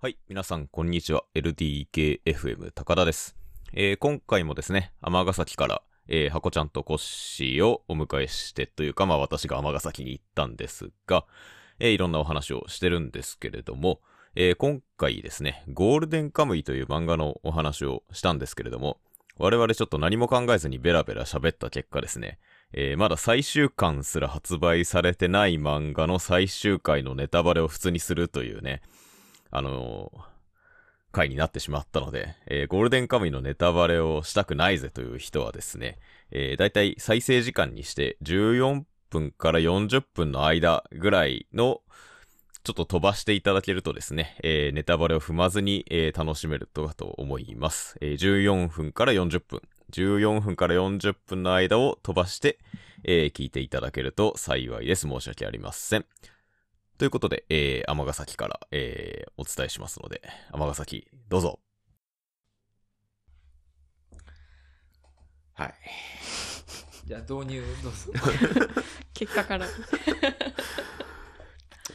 はい。皆さん、こんにちは。LDKFM 高田です。えー今回もですね、尼崎から、えー、箱ちゃんとコッシーをお迎えしてというか、まあ私が尼崎に行ったんですが、えーいろんなお話をしてるんですけれども、えー今回ですね、ゴールデンカムイという漫画のお話をしたんですけれども、我々ちょっと何も考えずにベラベラ喋った結果ですね、えーまだ最終巻すら発売されてない漫画の最終回のネタバレを普通にするというね、あのー回になってしまったので、えーゴールデンカムイのネタバレをしたくないぜという人はですね、えー、だいたい再生時間にして14分から40分の間ぐらいのちょっと飛ばしていただけるとですね、えーネタバレを踏まずに、えー楽しめるとかと思います。えー14分から40分。14分から40分の間を飛ばして、えー聞いていただけると幸いです。申し訳ありません。ということで、えー、尼崎から、えーお伝えしますので、尼崎、どうぞ。はい。じゃあ導入どうぞ。結 果から。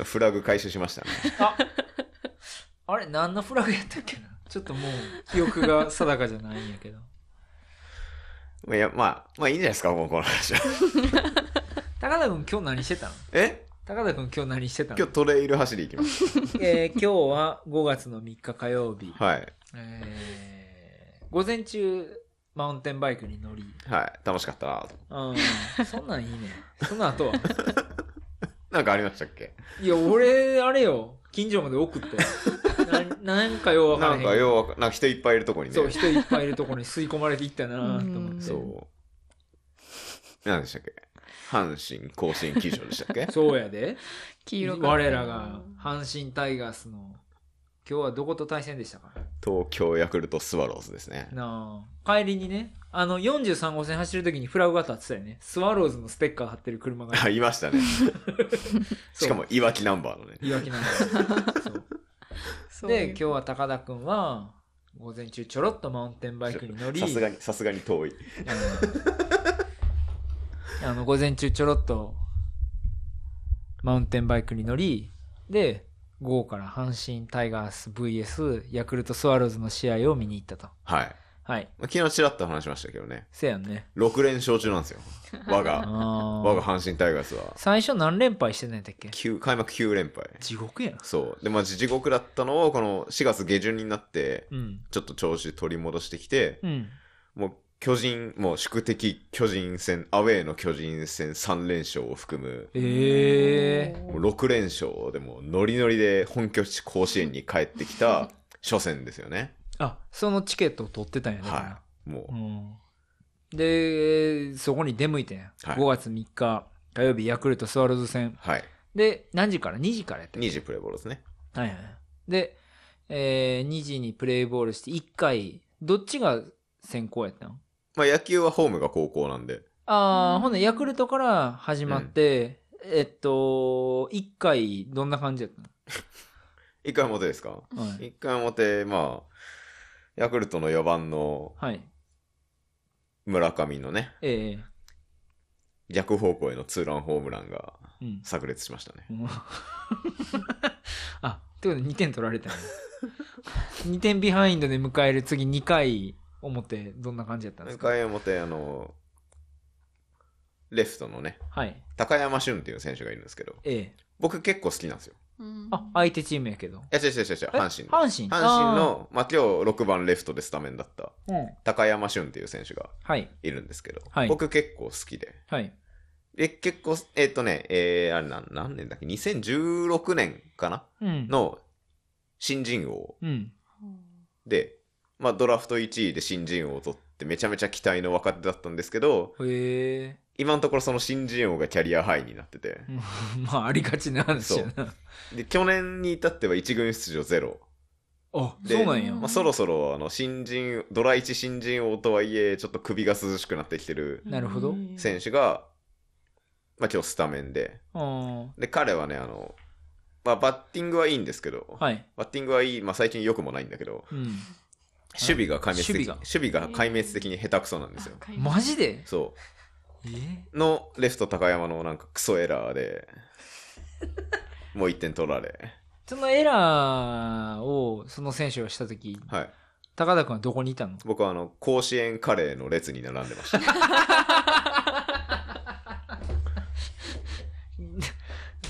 フラグ回収しましたね。ああれ何のフラグやったっけなちょっともう記憶が定かじゃないんやけど。いや、まあ、まあいいんじゃないですか、もうこの話は。 高田君今日何してたのえ高田君今日何してたの今日トレイル走り行きます。えー今日は5月の3日火曜日。はい。えー午前中マウンテンバイクに乗り。はい。楽しかったなと。うん、そんなんいいね。その後は。なんかありましたっけいや、俺、あれよ。近所まで送ったよ。ななんかようわからなへんんけど。かようわか、なんか人いっぱいいるとこにね。そう、人いっぱいいるとこに吸い込まれていったなと思って。そう。なんでしたっけ阪神甲子園球場でしたっ けそうやで。黄色か我らが阪神タイガースの今日はどこと対戦でしたか東京ヤクルトスワローズですね。なあ帰りにねあの43号線走る時にフラグが立ってたよねスワローズのステッカー貼ってる車があ、いました ね。そしうかも、いわきナンバーのね。いわきなん だよそうそうでいう今日は高田君は午前中ちょろっとマウンテンバイクに乗りさすがに、さすがに遠い。うんあの午前中ちょろっとマウンテンバイクに乗りで午後から阪神タイガース VS ヤクルトスワローズの試合を見に行ったとはい。はいまあ昨日ちらっと話しましたけどね。せやんね6連勝中なんですよ。我が、あ我がー阪神タイガースは。最初何連敗してないんだっけ九開幕9連敗。地獄やんそう。で、まじ地獄だったのを、この4月下旬になって、うんちょっと調子取り戻してきて、うんもう巨人、もう宿敵巨人戦、アウェーの巨人戦3連勝を含む、ええもう6連勝でもうノリノリで本拠地甲子園に帰ってきた初戦ですよね。あそのチケットを取ってたんやね、はもう、ん、でそこに出向いてんや、はい5月3日火曜日ヤクルトスワローズ戦う、はい。で何時から2時からやったっけ2時プレイボールですね。はいはいで、えー2時にプレーボールして1回どっちが先行やったのまあ野球はホームが高校なんで、あうあんほんでヤクルトから始まって、えっと1回どんな感じやっ1回表ですかたの、はい ?1 回表、まあ、ヤクルトの4番のはい。村上のね、ええ逆方向へのツーランホームランがうん。炸裂しましたね。 あ、ということで2点取られ たね。2点ビハインドで迎える次2回表、どんな感じだったんです2か回表、あの、レフトのね、はい。高山俊っていう選手がいるんですけど、ええ。僕結構好きなんですよ。うんあ、相手チームやけど。いや、違う違う違う違う、え阪神の。阪阪神。神の、まあ、今日6番レフトでスタメンだったあー。うん高山俊っていう選手がはい。いるんですけど、はい僕結構好きで。はい。で、結構、えっ、とね、えー、あれなん、何年だっけ、2016年かなうん。の新人王うん。で、まあ、ドラフト1位で新人王を取って、めちゃめちゃ期待の若手だったんですけど、へえ。今のところその新人王がキャリアハイになってて、うん まあ、ありがちな話やな。で去年に至っては1軍出場ゼロ、あ、でそうなんや。まあ、そろそろあの新人ドラ1新人王とはいえちょっと首が涼しくなってきてるなるほど選手が、まあ、今日スタメンでうん。で彼はねあの、まあ、バッティングはいいんですけど、はい。バッティングはいい、まあ、最近良くもないんだけどうん。守備が壊滅的守備が守備が壊滅的に下手くそなんですよ。マジでそええうのレフト高山のなんかクソエラーでもう1点取られそのエラーををその選手がした時はい。高田君はどこにいたの僕はあの、甲子園カレーの列に並んでました。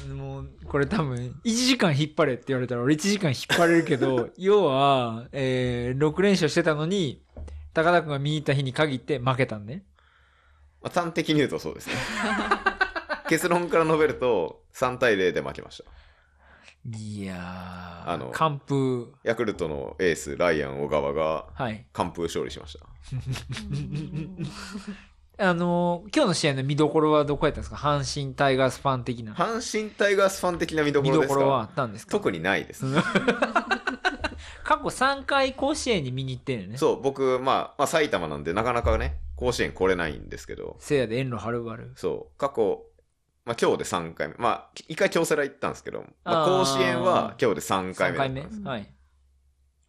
もうこれ多分1時間引っ張れって言われたら俺1時間引っ張れる けど要は、え6連勝してたのに高田君が見に行った日に限って負けたんねまあ、端的に言うとそうですね。結論から述べると、3対0で負けました。いやーあの完封ヤクルトのエース、ライアン小川がはい完封勝利しました。 あのー今日の試合の見どころはどこやったんですか阪神タイガースファン的な阪神タイガースファン的な見どこ見ろどですころはあかったんですか特にないです。 過去3回甲子園に見に行ってんよねそう、僕、まあ、まあ、埼玉なんでなかなかね、甲子園来れないんですけど、せいやで遠路はるばるそう、過去、まあ、今日で3回目。まあ、1回京セラ行ったんですけど、まあ、あー甲子園は今日で3回3目回目だったんですはい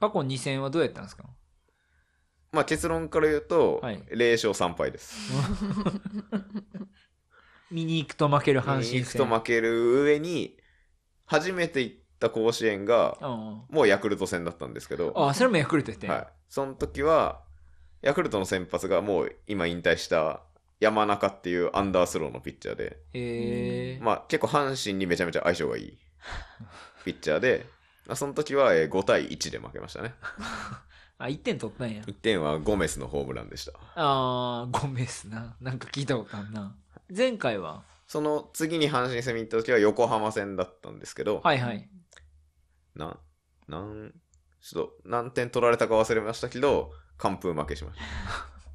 過去2戦はどうやったんですかまあ、結論から言うと、はい0勝3敗です。見に行くと負ける阪神戦行くと負ける上に、初めて行った甲子園が、うんもうヤクルト戦だったんですけど、あそれもヤクルトやってん、はい、その時はヤクルトの先発がもう今引退した山中っていうアンダースローのピッチャーで、えーまあ、結構阪神にめちゃめちゃ相性がいいピッチャーで、まあ、その時はえー5対1で負けましたねあ1点取ったんや1点はゴメスのホームランでしたあーごめんっすななんか聞いたことあんな前回はその次に阪神戦に行った時は横浜戦だったんですけど、はいはいななんちょっと何点取られたか忘れましたけど完封負けしました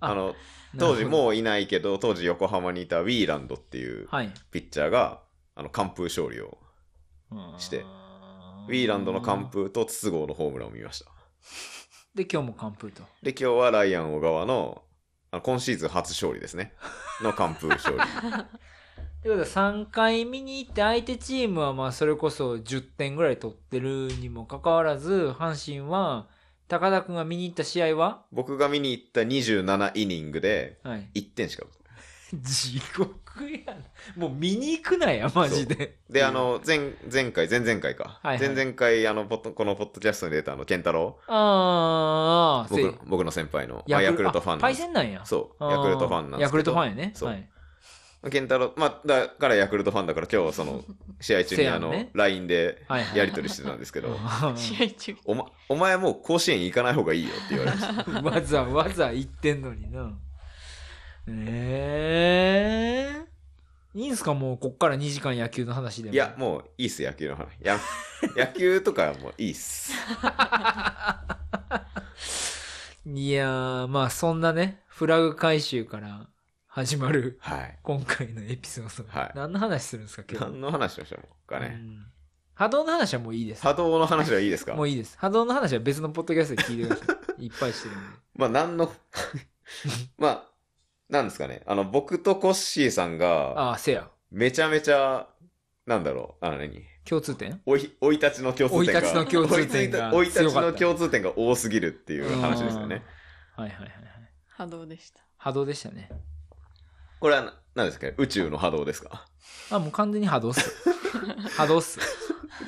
ああの当時なるほもういないけど当時横浜にいたウィーランドっていうどはいピッチャーがあの完封勝利をしてウィーランドの完封と筒香のホームランを見ましたで今日も完封とで今日はライアン小川のあの今シーズン初勝利ですねの完封勝 利ということは3回見に行って相手チームはまあそれこそ10点ぐらい取ってるにもかかわらず阪神は高田君が見に行った試合は僕が見に行った27イニングではい 1点しか地獄やなもう見に行くなやマジでであの前前回前々回か、はいはい前々回あのポッドこのポッドキャストに出たあの健太郎ああ僕の僕の先輩のまあヤクルトファンなんパイですセンなんやそうあーヤクルトファンなんですけどヤクルトファンやね。そうはい。健太郎まあだからヤクルトファンだから今日そ の試合中せにやあののね LINE ではいはいやり取りしてたんですけ ど、試合中。お,、ま、お前もう甲子園行かない方がいいよって言われま したわざわざ言ってんのにな。ええいいんすかもうこっから2時間野球の話でも。いや。もういいっす野球の話や 野球とかもういいっすいやー、まあそんなね、フラグ回収から始まる はい今回のエピソード。はい何の話するんですか今日。何の話しましょうかうねん波動の話はもういいです。波動の話はいいですかもういいです。波動の話は別のポッドキャストで聞いてくださ い。いっぱいしてるんで。まあ何 のまあなんですかねあの僕とコッシーさんがああ、せや。めちゃめちゃなんだろうあの何共通点生い生い立ちの共通点が生い立ちの共通 点が生い立強ちかったの共通点が多すぎるっていう話ですよねはいはいはいはい。波動でした。波動でしたね。これはな何ですかね宇宙の波動ですかあ、もう完全に波動 っす。波動っす。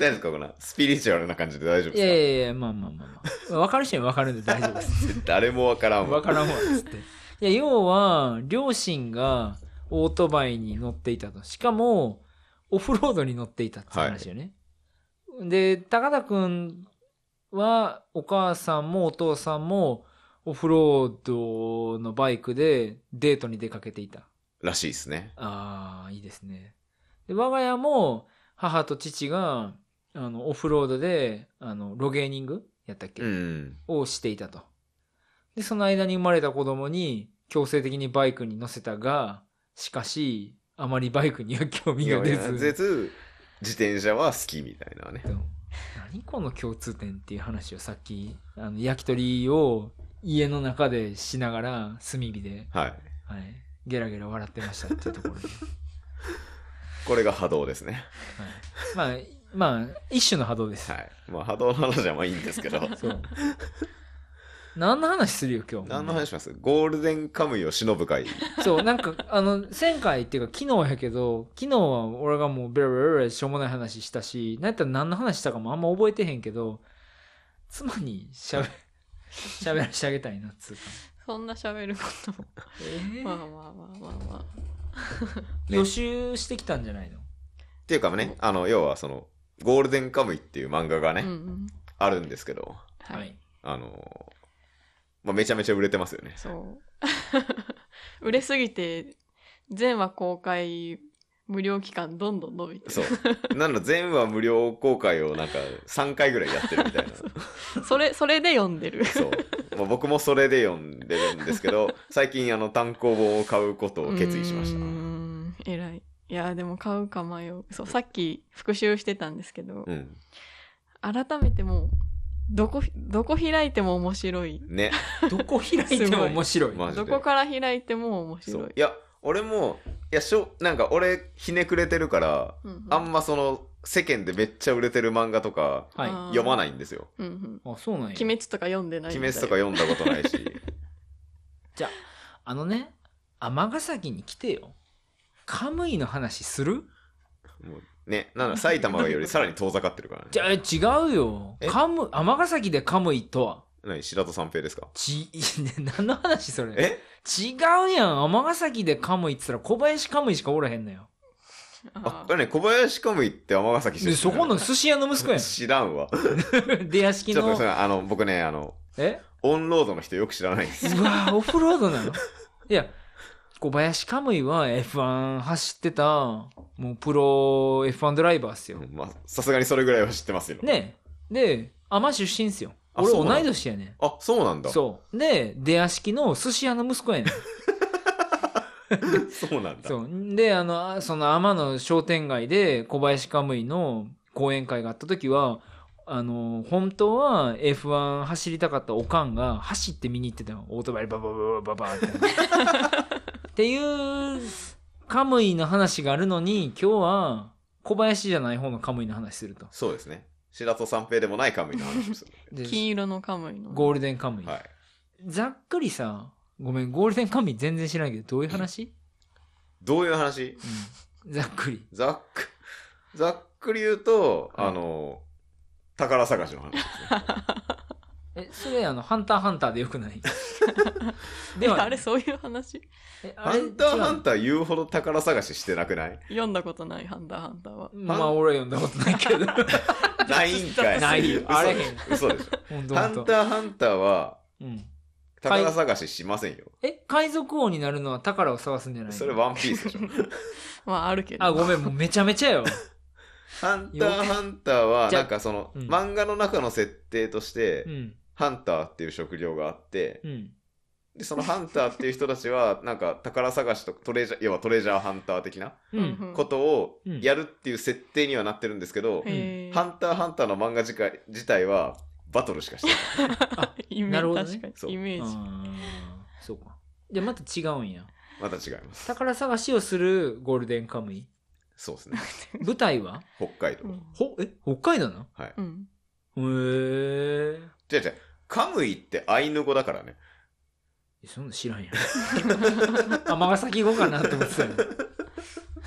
大丈夫ですかこんなスピリチュアルな感じで大丈夫いやいでやいや、まあまあまあまあ。分かる人に分かるんで大丈夫です。すか誰もわからんわ分からんわ、つって。いや、要は、両親がオートバイに乗っていたと。しかも、オフロードに乗っていたって話よね。で、高田くんは、お母さんもお父さんも、オフロードのバイクでデートに出かけていた。らしいですねああ、いいですね。で、我が家も母と父が、あの、オフロードで、あの、ロゲーニングやったっけ、うんをしていたと。で、その間に生まれた子供に強制的にバイクに乗せたが、しかし、あまりバイクには興味が出ず。ずず自転車は好きみたいなねと何この共通点っていう話をさっき、あの、焼き鳥を家の中でしながら炭火で、はいはい、ゲラゲラ笑ってましたっていうところで。これが波動ですねはい、まあまあ一種の波動です、はいまあ波動の話はまあいいんですけどそう何の話するよ今日何の話しますゴールデンカムイを忍ぶ会はそうなんかあの前回っていうか昨日やけど昨日は俺がもうベラベラベラしょうもない話したしなんやったら何の話したかもあんま覚えてへんけど妻にし ゃべ喋らしてあげたいなっつうか、そんな喋ることも。まあまあまあまあまね予習してきたんじゃないのっていうかね、あの、要はその、ゴールデンカムイっていう漫画があ。ね、うんうん。あるんですけど、はい、はい。あのーまあ、めちゃめちゃ売れてますよね。そう。 売れすぎて、全話公開無料期間どんどん伸びてる。 そう。なんだ、全話無料公開をなんか3回ぐらいやってるみた いな。それ、それで読んでる。そう。まあ、僕もそれで読んでるんですけど、最近あの単行本を買うことを決意しましたうー。ん。偉い。いやーでも買うか迷う。そう、さっき復習してたんですけど、うん。改めてもう、どこ、どこ開いても面白い。ね。どこ開いても面白いマジでどこから開いても面そ白うい。。いや、俺も、いや、しょ、なんか俺、ひねくれてるから、うんうんあんまその、世間でめっちゃ売れてる漫画とか、はいあー読まないんですよ。うんうん。あそうなんや鬼滅とか読んでない鬼みたい滅とか読んだことないし。じゃああのね尼崎に来てよカムイの話するもうね、なんだ、埼玉よりさらに遠ざかってるからね。 じゃあ違うよえカム尼崎でカムイとは何、白戸三平ですかち 何の話それえ違うやん尼崎でカムイっつったら小林カムイしかおらへんのよああ、これね、小林カムイって尼崎出身で そこの寿司屋の息子や知らんわ。ちん 出屋敷ょっとのそれ、あの、僕ね、あの、えオンロードの人よく知らないん です。うわオフロードなのいや小林カムイは F1 走ってたもうプロ F1 ドライバーっすようんまあ、さすがにそれぐらいは知ってますよ。。ねで海女出身っすよあ俺そうな同のい年やねあ、そうなんだ。 そそうで出屋敷の寿司屋の息子やねんうなんだ。そうであのあその天野商店街で小林カムイの講演会があった時はあの本当は F1 走りたかったおかんが走って見に行ってたよオートバイでババババババって。っていうカムイの話があるのに今日は小林じゃない方のカムイの話すると。そうですね。白戸三平でもないカムイの話ですよ。で金色のカムイの。ゴールデンカムイ。はい。ざっくりさごめんゴールデンカムイ全然知らないけどどういう話、どういう話うん、ざっくり。ざっく、ざっくり言うと、はいあの、宝探しの話ですね。えそれあの「ハンターハンター」でよ くないで あはれそういう話えあハれンターハ違うンター言うほど宝探ししてなくない読んだことないハンターハンターは。まあ俺は読んだことないけ どないんかい。ないよあれへん嘘でしょ。ほんとハほンタんとーハンターはうん宝探ししませんよ。え海賊王になるのは宝を探すんじゃないのそれワンピー スでしょ。まああるけど。あごめんもうめちゃめちゃよハンターハンターはじゃなんかその、うん漫画の中の設定として、うんハンターっていう職業があって、うんでそのハンターっていう人たちはなんか宝探しとかトレジャー要はトレジャーハンター的なうん、ことをうんやるっていう設定にはなってるんですけど、へーハンターハンターの漫画自体自体はバトルしかしてないイメージなるほどね確かそうにイメージ。あーそうかじゃあまた違うんやまた違い ます宝探しをするゴールデンカムイそうですね舞台は北海道、うんほえ北海道なはいうん。のへえ違う違うカムイってアイヌ語だからねえそんなん知らんや ん。尼崎語かなって思ってたよ。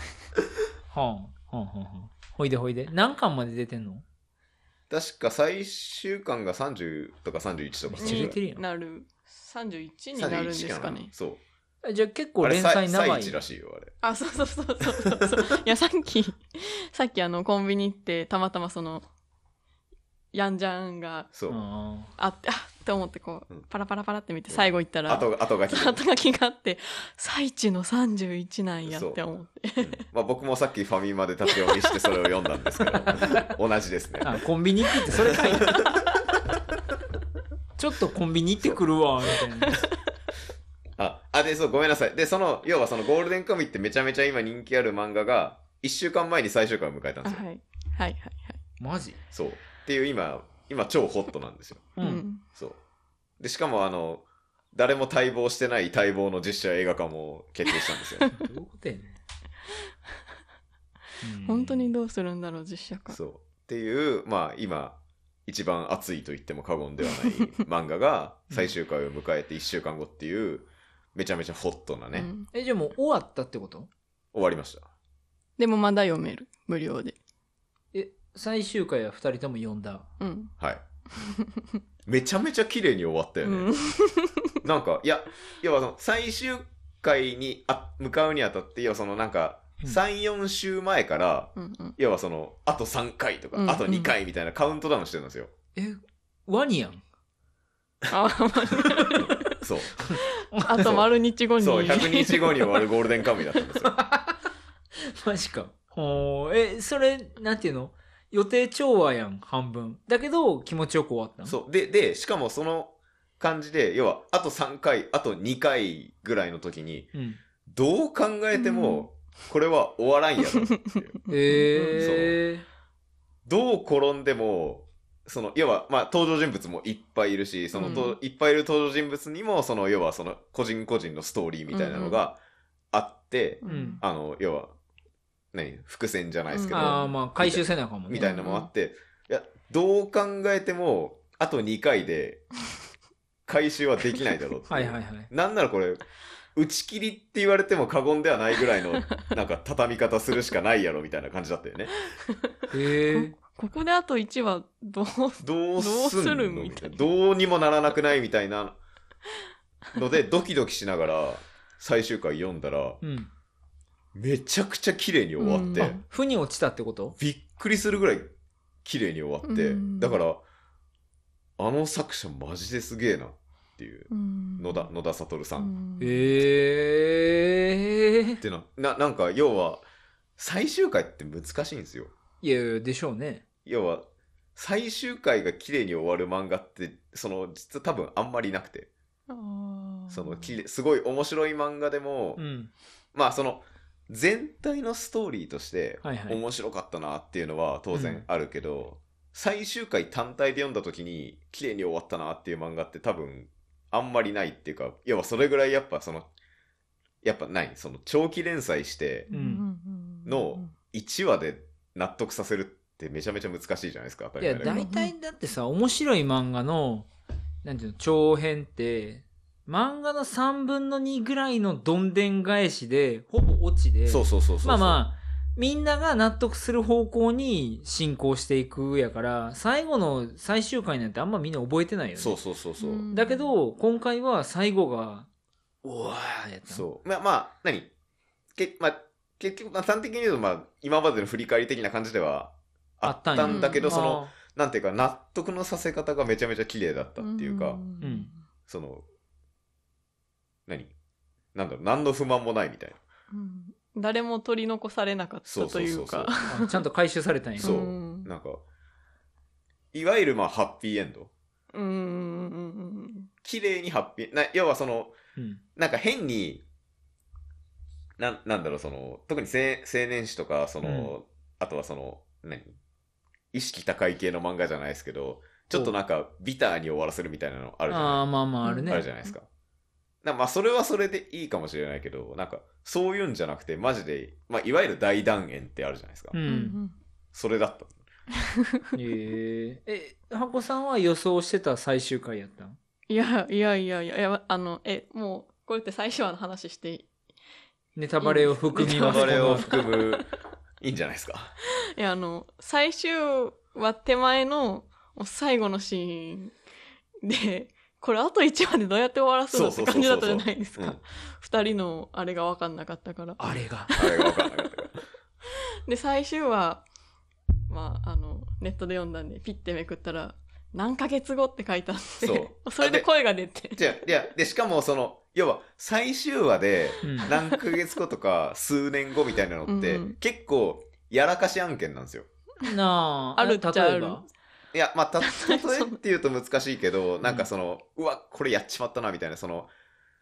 はあ、はあ、はあ、はあ。ほいでほいで。何巻まで出てんの確か最終巻が30とか31とかめっちゃ出てるやんになる。31になるんですかね。そえじゃあ結う構あれ連さ載長最い。一らしいよあれあ、そうそうそうそうそう。いや、さっき、さっきあの、コンビニ行って、たまたまその、ヤンジャンがそう、ああって、あって思ってこうんう、パラパラパラって見て、最後行ったら、後が後が来てそう後書きがあって、最地の31なんやって思って。うんまあ、僕もさっきファミマで立ち読みしてそれを読んだんですけど同じですねーあ、コンビニ行くってそれかいな。 ちょっとコンビニ行ってくるわ、みたいな。ああでそうごめんなさいでその要はそのゴールデンカムイってめちゃめちゃ今人気ある漫画が1週間前に最終回を迎えたんあですはい。よ、はいはいはい。マジそうっていう今今超ホットなんですよう。うんん。そうでしかもあの誰も待望してない待望の実写映画化も決定したんです よどういうことやねんうん。本当にどうするんだろう、実写化。そうっていうまあ今一番熱いと言っても過言ではない漫画が最終回を迎えて1週間後っていうめちゃめちゃホットなね、うんえ、じゃあもう終わったってこと終わりましたでもまだ読める。無料で。え、最終回は2人とも読んだ。うん。はい めちゃめちゃ綺麗に終わったよね。うんなんか、いや、要はその最終回にあ向かうにあたって、要はそのなんか、うん3、4週前から、うんうん要はその、あと3回とか、うんあと2回みたいなカウントダウンしてるんですよ。え、ワニやん。あ そう。あと丸日後にそう、100日後に終わるゴールデンカムイだったんです よ。 マジか。ほーえ、それ、なんていうの予定調和やん、半分。だけど、気持ちよく終わったんそう。で、で、しかもその感じで、要は、あと3回、あと2回ぐらいの時に、う。うん。どう考えても、これは終わらん やろっていう。 えー。どう転んでも、その、要は、まあ、登場人物もいっぱいいるし、そのと、うんいっぱいいる登場人物にも、その、要は、その、個人個人のストーリーみたいなのがあって、うんあの、要は、何、伏線じゃないですけど、うんああ、まあ、回収せなあかんもんね。みたいなのもあって、いや、どう考えても、あと2回で、回収 はできないだろうっていうはいはいはい。なんならこれ、打ち切りって言われても過言ではないぐらい の、なんか、畳み方するしかないやろ、みたいな感じだったよね。ええここであと1話どどううすんのどうするみみたたいいななどうにもならなくないみたいなのでドキドキしながら最終回読んだらうん。めちゃくちゃ綺麗に終わって、うあ、腑に落ちたってことびっくりするぐらい綺麗に終わって、うんだからあの作者マジですげえなっていう野野田野田悟さん、っええてなななんか要は最終回って難しいんですよいやいや、でしょうね。要は最終回が綺麗に終わる漫画ってその実は多分あんまりなくてそのきれすごい面白い漫画でも、うん。まあその全体のストーリーとしてはいはい面白かったなっていうのは当う然んあるけど、最終回単体で読んだ時に綺麗に終わったなっていう漫画って多分あんまりないっていうか要はそれぐらいやっぱそのやっぱないその長期連載してうんの1話で納得させるってめちゃめちゃ難しいじゃないですか当たいりや、前だけ大体だってさ、面白い漫画の、なんていうの、長編って、漫画の3分の2ぐらいのどんでん返しで、ほぼ落ちで、どそうそうそうそうそうまあまあ、みんなが納得する方向に進行していくやから、最後の最終回なんてあんまみんな覚えてないよね。そうそうそうそう、だけど、今回は最後が、おわーやったの。そう。まあ、まあ、何け、まあ、結局、まあ、端的に言うと、まあ、今までの振り返り的な感じではあったあったんんだやけど、うんその、なんていうか、納得のさせ方がめちゃめちゃ綺麗だったっていうか、んその、何なんだろう、何の不満もないみたいな。うん誰も取り残されなかっそたうそうといそううそうか。あのちゃんと回収されたんや。そうう んなんか、いわゆる、まあ、ハッピーエンド。うんうんうん綺麗にハッピー、な要はその、うん。なんか変に、なん、なんだろう、その、特に青青年誌とか、その、うんあとはその、何意識高い系の漫画じゃないですけど、ちょっとなんかビターに終わらせるみたいなのあるじゃああ、なまあまあ、あるいね。あるじゃないですか。なまあ、それはそれでいいかもしれないけど、なんか、そういうんじゃなくて、マジで、まあ、いわゆる大断円ってあるじゃないですか。う。うんうんんそれだった。えええ、箱さんは予想してた最終回やったんいやいやいやいやいやあのえもうこれって最初話の話していいネタバレを含みネタまバすそレれを含む、いいんじゃないですか。いやあの最終話手前のもう最後のシーンでこれあと1話でどうやって終わらすのって感じだったじゃないですうんか。2人のあれが分かんなかったから あれが。あれが分かんなかったから。で最終話まああのネットで読んだんでピッてめくったら何ヶ月後って書いてあってそ それで声が出てじゃあいや、で、しかもその、要は、最終話で、うん。何ヶ月後とか数年後みたいなのってうんうん結構やらかし案件なんですよ。なあ、あるっちゃ例えばあるいやまあた例そうえっていうと難しいけどなんかそのうわこれやっちまったなみたいなその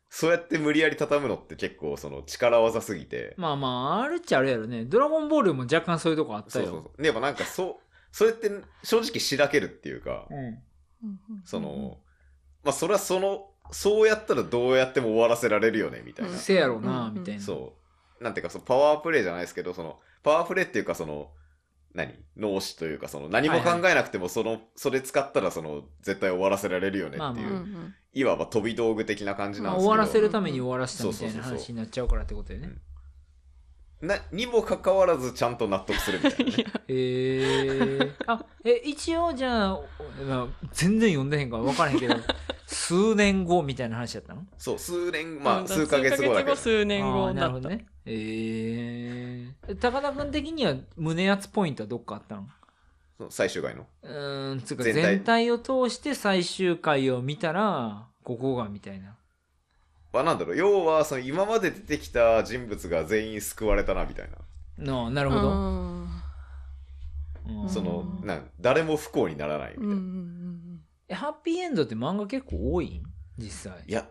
そうやって無理やり畳むのって結構その力技すぎてまあまあ、あるっちゃあるやろね。ドラゴンボールも若干そういうとこあったそうよ。そうそうでもなんかそう それって正直しらけるっていうかうん。 そのまあそれはそのそうやったらどうやっても終わらせられるよねみたいなうんせやろな、うんみたいな。そう。なんていうか、そのパワープレイじゃないですけど、その、パワープレイっていうか、その、何脳死というか、その、何も考えなくても、その、それ使ったら、その、絶対終わらせられるよねまあってまいあう、うんういわば飛び道具的な感じまなんあ、ですけど。終わらせるために終わらせたみそたういそうなそうそう話になっちゃうからってことよね。なにもかかわらずちゃんと納得するみたいな、ね、ええあえ一応じゃあ、まあ、全然読んでへんから分からへん けど数年後みたいな話やったのそう数年まうんあ数ヶ月後だけど数年あー後なだるほっどた、ねええ高田君的には胸熱ポイントはどっかあったのそう最終回のうーんつうか全体全体を通して最終回を見たらここがみたいなはなんだろう要はその今まで出てきた人物が全員救われたなみたいなのなるほど、あうんそのうんなん誰も不幸にならないーみうたいんうな、んうんえハッピーエンドって漫画結構多いん実際いや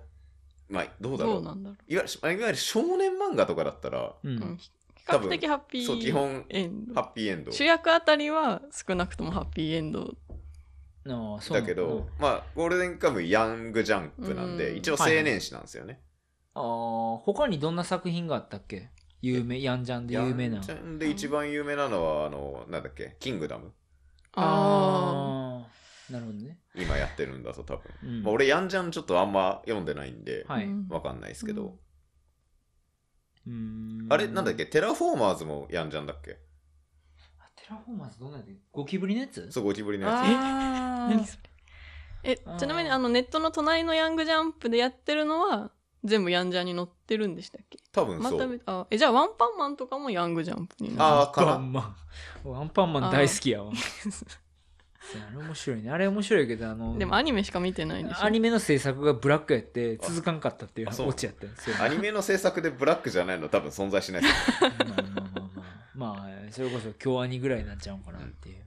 まあどううんだろそううなんだろいわゆるいわゆる少年漫画とかだったらうんう、うん、比多較分的ハッピそう基ー本エンドハッピーエンド主役あたりは少なくともハッピーエンドああそうだなんけど、まあゴールデンカムイヤングジャンプなんで、うん一応青年誌なんですよね、ああ他にどんな作品があったっけ有名ヤンジャンで有名なヤンジャンで一番有名なのはあのなんだっけキングダムああーなるほどね、今やってるんだと多分、うんまあ、俺ヤンジャンちょっとあんま読んでないんで、あはいうんわかんないですけど、うーんあれなんだっけテラフォーマーズもヤンジャンだっけあテラフォーマーズどんなんやったっけゴキブリのやつそうゴキブリのやつあ 何それあーえちなみにあのネットの隣のヤングジャンプでやってるのは全部ヤンジャンに載ってるんでしたっけ多分まそう、た別あえじゃあワンパンマンとかもヤングジャンプになるああーかなワンパンマンワンパンマン大好きやわあれ面白いねあれ面白いけどあのでもアニメしか見てないんでしょアニメの制作がブラックやって続かんかったっていうあそうオチやったんですよアニメの制作でブラックじゃないの多分存在 しないですよまあまあまあまあ、まあ、それこそ京アニぐらいになっちゃうかなっていう。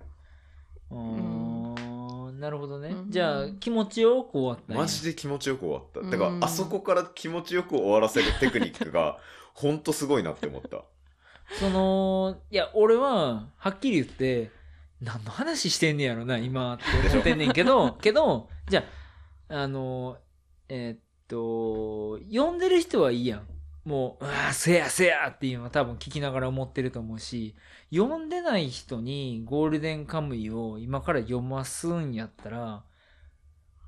うーん、なるほどね。うんじゃあ、気持ちよく終わったんやマジで気持ちよく終わっただかうんらあそこから気持ちよく終わらせるテクニック がほんとすごいなって思ったその、いや、俺は、はっきり言って、何の話してんねやろな、今って思ってんねんけど、けど、じゃあ、あの、えーっと、呼んでる人はいいやん。もう、うわーせやせやっていうのは多分聞きながら思ってると思うし、読んでない人にゴールデンカムイを今から読ますんやったら、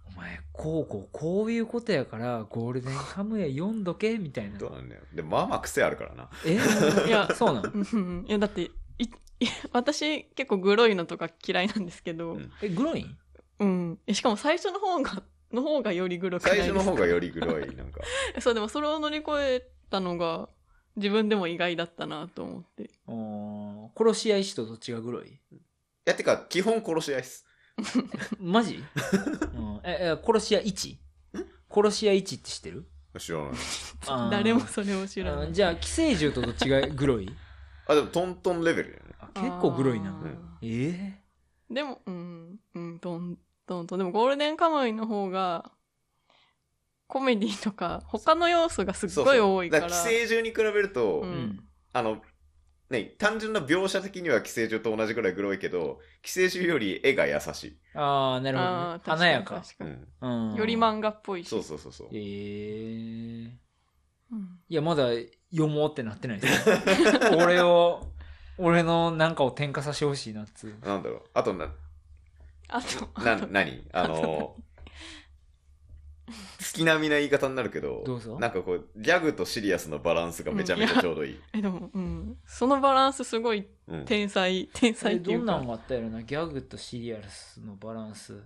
お前、こうこう、こういうことやから、ゴールデンカムイ読んどけ、みたいなど。うなんだよでまあまあ癖あるから なえいやそうなんうんいやだってい 私結構グロいのとか嫌いなんですけど、ううんんえ、グロインえしかも最初の方がの方がよりグロくない最です初かの方がよりグロ いなんかそうでもそれを乗り越えたのが自分でも意外だったなと思っておー殺し合い師とどっちがグロ いいやてか基本殺し合いっすマ ジ、うん、ええ殺し合い1殺し合い1って知ってる知らないあー誰もそれを知らなあーいじゃあ寄生獣とどっちがグ ロいあでもトントンレベルだよねあ結構グロいあなーうんえでもうんうんどんどんどんでもゴールデンカムイの方がコメディとか他の要素がすっそうごいそう多いからだ寄生獣に比べると、うえんー、うんあのね単純な描写的には寄生獣と同じくらいグロいけど寄生獣より絵が優しい、ああなるほど、あねー、確華にやか確うにん、うんより漫画っぽいしそうそうそうそうえー、うんいやまだ読もうってなってないですよ 俺を俺のなんかを転化させてほしいなっつうなんだろうあとなあとな何 あの月並みな言い方になるけどどうぞなんかこうギャグとシリアスのバランスがめちゃめちゃちょうどいい、 えでも、うん、そのバランスすごいうん天才天才えっていどうんなんかがあったやろなギャグとシリアスのバランスう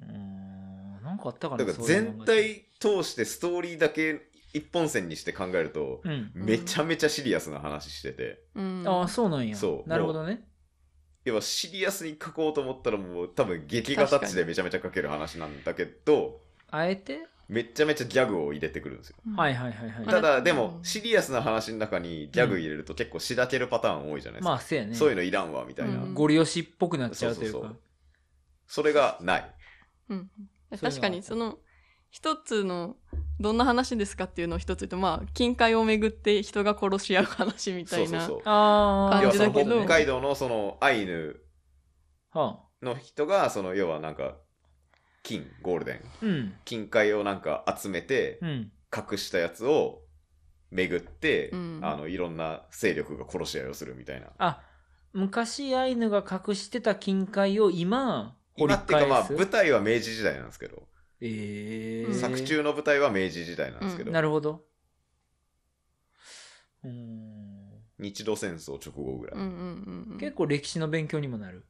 ーんなんかあったかなだからそういう漫全画体通してストーリーだけ一本線にして考えると、うんめちゃめちゃシリアスな話しててうんああそうなんやそうなるほどね要はシリアスに書こうと思ったらもう多分劇画タッチでめちゃめちゃ書ける話なんだけどあえて、めちゃめちゃギャグを入れてくるんですようんはいはいはいはいまただうんでもシリアスな話の中にギャグ入れると結構しらけるパターン多いじゃないですか、まあせやねそういうのいらんわみたいな、うんゴリ押しっぽくなっちゃうというかそうそうそれがないうん、そういうのは確かにその一つのどんな話ですかっていうのを一つ言うとまあ近海をめぐって人が殺し合う話みたそういそうなそうああ要感はじそだのけど北海道のそのアイヌはあの人がその要はなんか金ゴールデンうん金塊をなんか集めてうん隠したやつを巡って、うんあのいろんな勢力が殺し合いをするみたいなあ昔アイヌが隠してた金塊を今掘り今っていうか返まあす舞台は明治時代なんですけど、ええうん作中の舞台は明治時代なんですけど、なるほどうーん日露戦争直後ぐらい。うんうんうん。結構歴史の勉強にもなる。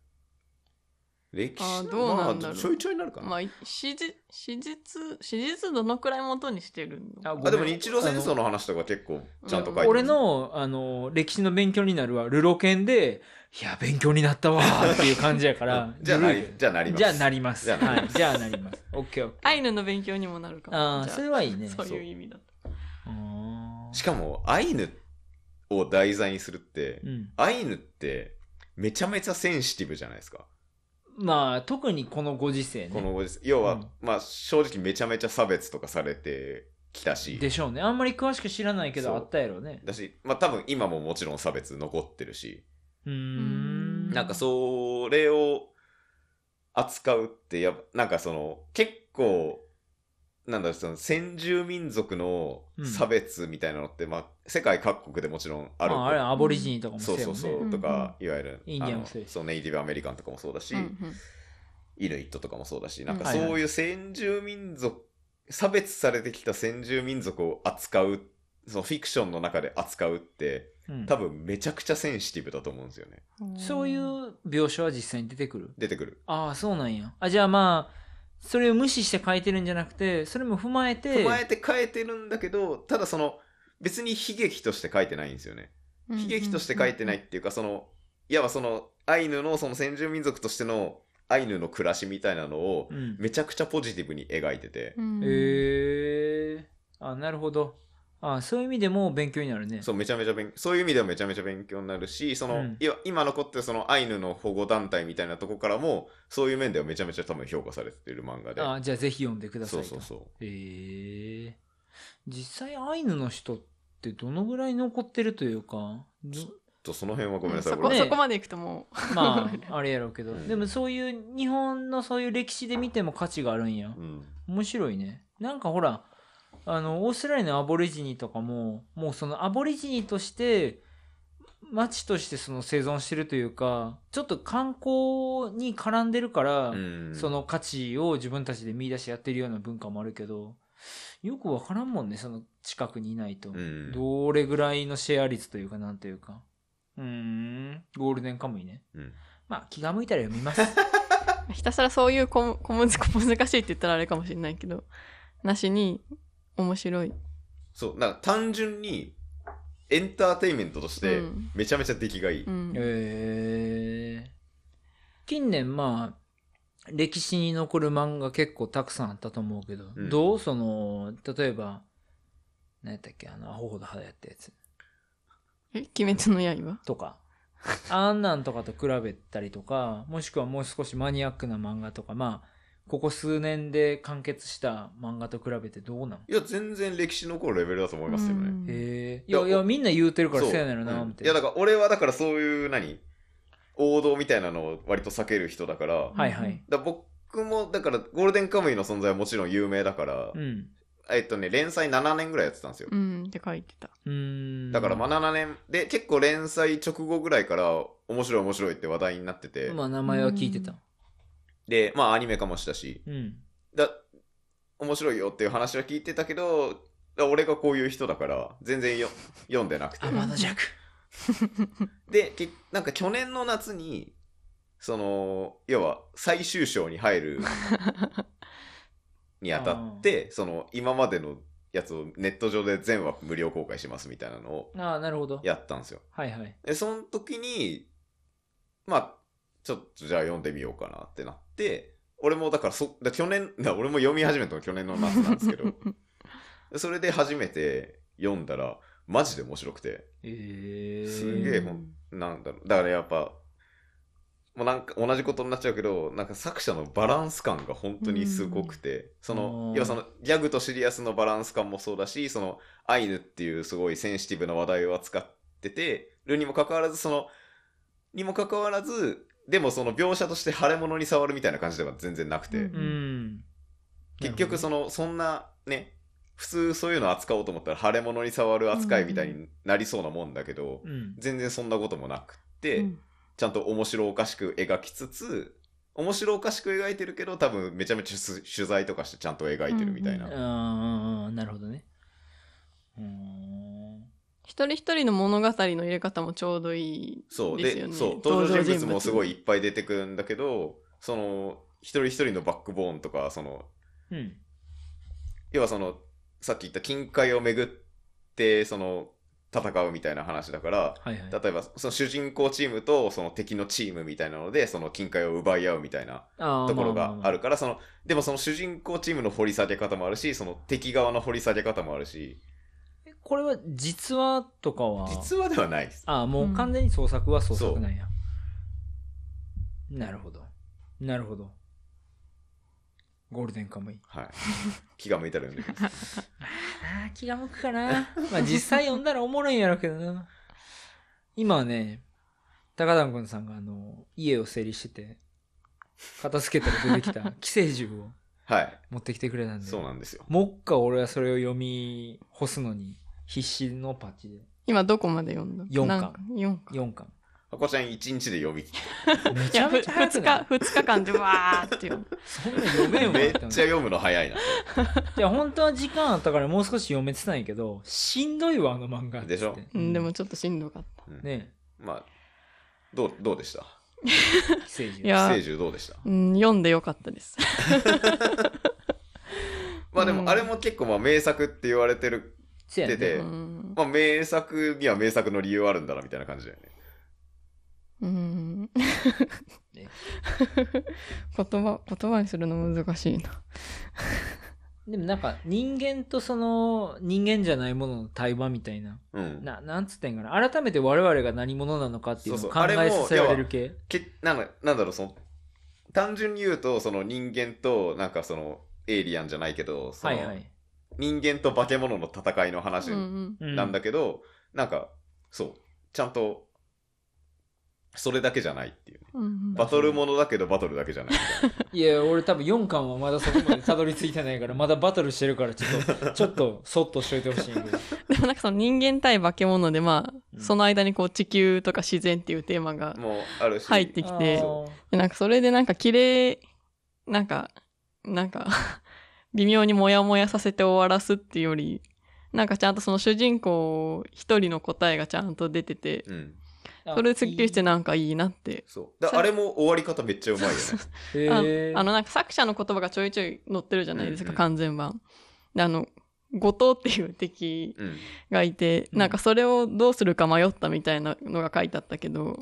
歴史あーどうなんだまろうあちょいちょいになるかな。まあ、史実、史実、史実どのくらい元にしてるのごめんあでも日露戦争の話とか結構ちゃんと書いてる俺の、あの、歴史の勉強になるは、ルロケンで、いや、勉強になったわーっていう感じやから。 じゃあずなるいりじゃあなります。じゃあなります。じゃあなはい。じゃあなります。オッケーオッケー。アイヌの勉強にもなるかも。ああ、じゃそれはいいね。そうそういう意味だと。あーしかもアイヌを題材にするって、うん。アイヌってめちゃめちゃセンシティブじゃないですか。まあ、特にこのご時世ね。このご時世要は、うんまあ正直めちゃめちゃ差別とかされてきたしでしょうね。あんまり詳しく知らないけそど、うあったやろうね。だし、まあ、多分今ももちろん差別残ってるしうーん。なんかそれを扱うってやっぱなんかその結構なんだろうその先住民族の差別みたいなのって、まあ、世界各国でもちろんあるまあ、あれ、アボリジニとかもそうやそもんうねそう、んとかいわゆるインディアあンのもそうですそうネイティブアメリカンとかもそうだし、うんうんイヌイットとかもそうだし、なんうんかはいはいそういう先住民族、差別されてきた先住民族を扱う、そのフィクションの中で扱うって、うん多分めちゃくちゃセンシティブだと思うんですよね。そうい。う描写は実際に出てくる。出てくる。ああ、そうなんや。あ、じゃあまあ、それを無視して書いてるんじゃなくて、それも踏まえて、踏まえて変えてるんだけど、ただその、別に悲劇として書いてないんですよね。悲劇として書いてないっ。ていうか、その、いわばその、アイヌのその先住民族としてのアイヌの暮らしみたいなのをう、ん。めちゃくちゃポジティブに描いてて、へええあ、なるほど。あそういう意味でも勉強になるね。そうめちゃめちゃ勉そういう意味ではめちゃめちゃ勉強になるしその、うんいや今残ってるそのアイヌの保護団体みたいなとこからもそういう面ではめちゃめちゃ多分評価されてる漫画であじゃあぜひ読んでくださいそうと。そうそうへえ実際アイヌの人ってどのぐらい残ってるというか、 どとその辺はごめんなさい、そここれねそこまでいくともう。まあ、あれやろうけど、うんでもそういう日本のそういう歴史で見ても価値があるんや。うん面白いねなんかほらあのオーストラリアのアボリジニとかももうそのアボリジニとして町としてその生存してるというかちょっと観光に絡んでるから、うんその価値を自分たちで見出してやってるような文化もあるけどよくわからんもんねその近くにいないと、うんどれぐらいのシェア率というかなんというかうーんゴールデンカムイねうんまあ気が向いたら読みますひたすらそういう小小難小難しいって言ったらあれかもしれないけど、なしに面白い。そうなんか単純にエンターテインメントとしてうんめちゃめちゃ出来がいい、うんえー近年まあ歴史に残る漫画結構たくさんあったと思うけど、うんどうその例えば何やったっけあのアホほど肌やったやつえ鬼滅の刃 とかあんなんとかと比べたりとかもしくはもう少しマニアックな漫画とかまあここ数年で完結した漫画と比べてどうなのいや全然歴史残るレベルだと思いますよね、うんへえいいややいやおみんな言うてるからそうせやねんなうんみいたいやな、だから俺はだからそういう何王道みたいなのを割と避ける人だから、はいはいだから僕もだからゴールデンカムイの存在はもちろん有名だから、うんえっとね連載7年ぐらいやってたんですよ、うん、って書いてた。うーんだからまあ7年で結構連載直後ぐらいから面白い面白いって話題になってて、まあ名前は聞いてたでまあアニメ化もしたしうんだ面白いよっていう話は聞いてたけどだ俺がこういう人だから全然よ読んでなくて天の弱でけなんか去年の夏にその要は最終章に入るにあたってその今までのやつをネット上で全話無料公開しますみたいなのをああなるほどやったんですよはいはいでその時にまあちょっとじゃあ読んでみようかなってなって俺もだからそだ去年だ俺も読み始めたの去年の夏なんですけ どでそれで初めて読んだらマジで面白くてええすげえほんなんだろうだからやっぱもうなんか同じことになっちゃうけどなんか作者のバランス感が本当にすごくて、そあのー要はそのギャグとシリアスのバランス感もそうだしそのアイヌっていうすごいセンシティブな話題を扱っててるにもかかわらずそのにもかかわらずでもその描写として腫れ物に触るみたいな感じでは全然なくて、うんうん結局そののそんなね普通そういうの扱おうと思ったら腫れ物に触る扱いみたいになりそうなもんだけど、うん全然そんなこともなくって、うんちゃんと面白おかしく描きつつ面白おかしく描いてるけど多分めちゃめちゃ取取材とかしてちゃんと描いてるみたいな、うんああなるほどねうーん一人一人の物語の入れ方もちょうどいいそうですでよね。そう登場人物もすごいいっぱい出てくるんだけどその一人一人のバックボーンとかそのうん。要はそのさっき言った近海を巡ってその戦うみたいな話だからはいはい。例えばその主人公チームとその敵のチームみたいなのでその近海を奪い合うみたいなあーところまがまあまるからそのでもその主人公チームの掘り下げ方もあるしその敵側の掘り下げ方もあるしあこれは実話とかは実話ではないですああ、もう完全に創作は創作なんや。なるほど。なるほど。ゴールデンカムイ。はい 気が向いたら読んでくださいああ、気が向くかな。 まあ実際読んだらおもろいんやろうけどな。今はね、高田君さんがあの、家を整理してて、片付けたら出てき た寄生獣をはい持ってきてくれたんで、そうなんですよもっか俺はそれを読み干すのに必死のパッチで今どこまで読んだ四巻なんか四巻。 4巻。あこちゃん一日で読み切っめいちや、ゃふめちゃ早く2ない日、二日間でわーって読む。そんな読めんたわめっちてゃ思って読むの早いなじゃあ本当は時間あったからもう少し読めてたんやけど、しんどいわ、あの漫画。でしょつってうん、でもちょっとしんどかった。うんねまあどうどうでしたえ、寄生獣。いや寄生獣どうでしたうん、読んでよかったです。まあでうんもあれも結構まあ名作って言われてる、せやね出てええうん。まあ、名作には名作の理由あるんだなみたいな感じだよねうん。 言葉、言葉にするの難しいな。でもなんか人間とその人間じゃないものの対話みたいな。うんななんつってんかな。改めて我々が何者なのかっていうのをそう考そうあれもえさせられる系。けなんかなんだろうその単純に言うとその人間となんかそのエイリアンじゃないけどそはいのはい。人間と化け物の戦いの話うんうん。うなんだけど、なんかそうちゃんとそれだけじゃないっていうねうんうんバトルものだけどバトルだけじゃないみたいないや、俺多分4巻はまだそこまでたどり着いてな いから、まだバトルしてるから、ちょっと、ちょっと、そっとしといてほしいんやけど。 でもなんかその人間対化け物で、まうあ、んその間にこう地球とか自然っていうテーマが、もうあるし入ってきてあーでなんかそれでなんか綺麗、なんか、なんか、 微妙にモヤモヤさせて終わらすっていうより、なんかちゃんとその主人公一人の答えがちゃんと出てて、うんあそれすっきりしていいなんかいいなって。そうだあれも終わり方めっちゃうまいよねへあーあのなんか作者の言葉がちょいちょい載ってるじゃないですか、うんうん完全版。であの、後藤っていう敵うんがいて、うんなんかそれをどうするか迷ったみたいなのが書いてあったけど、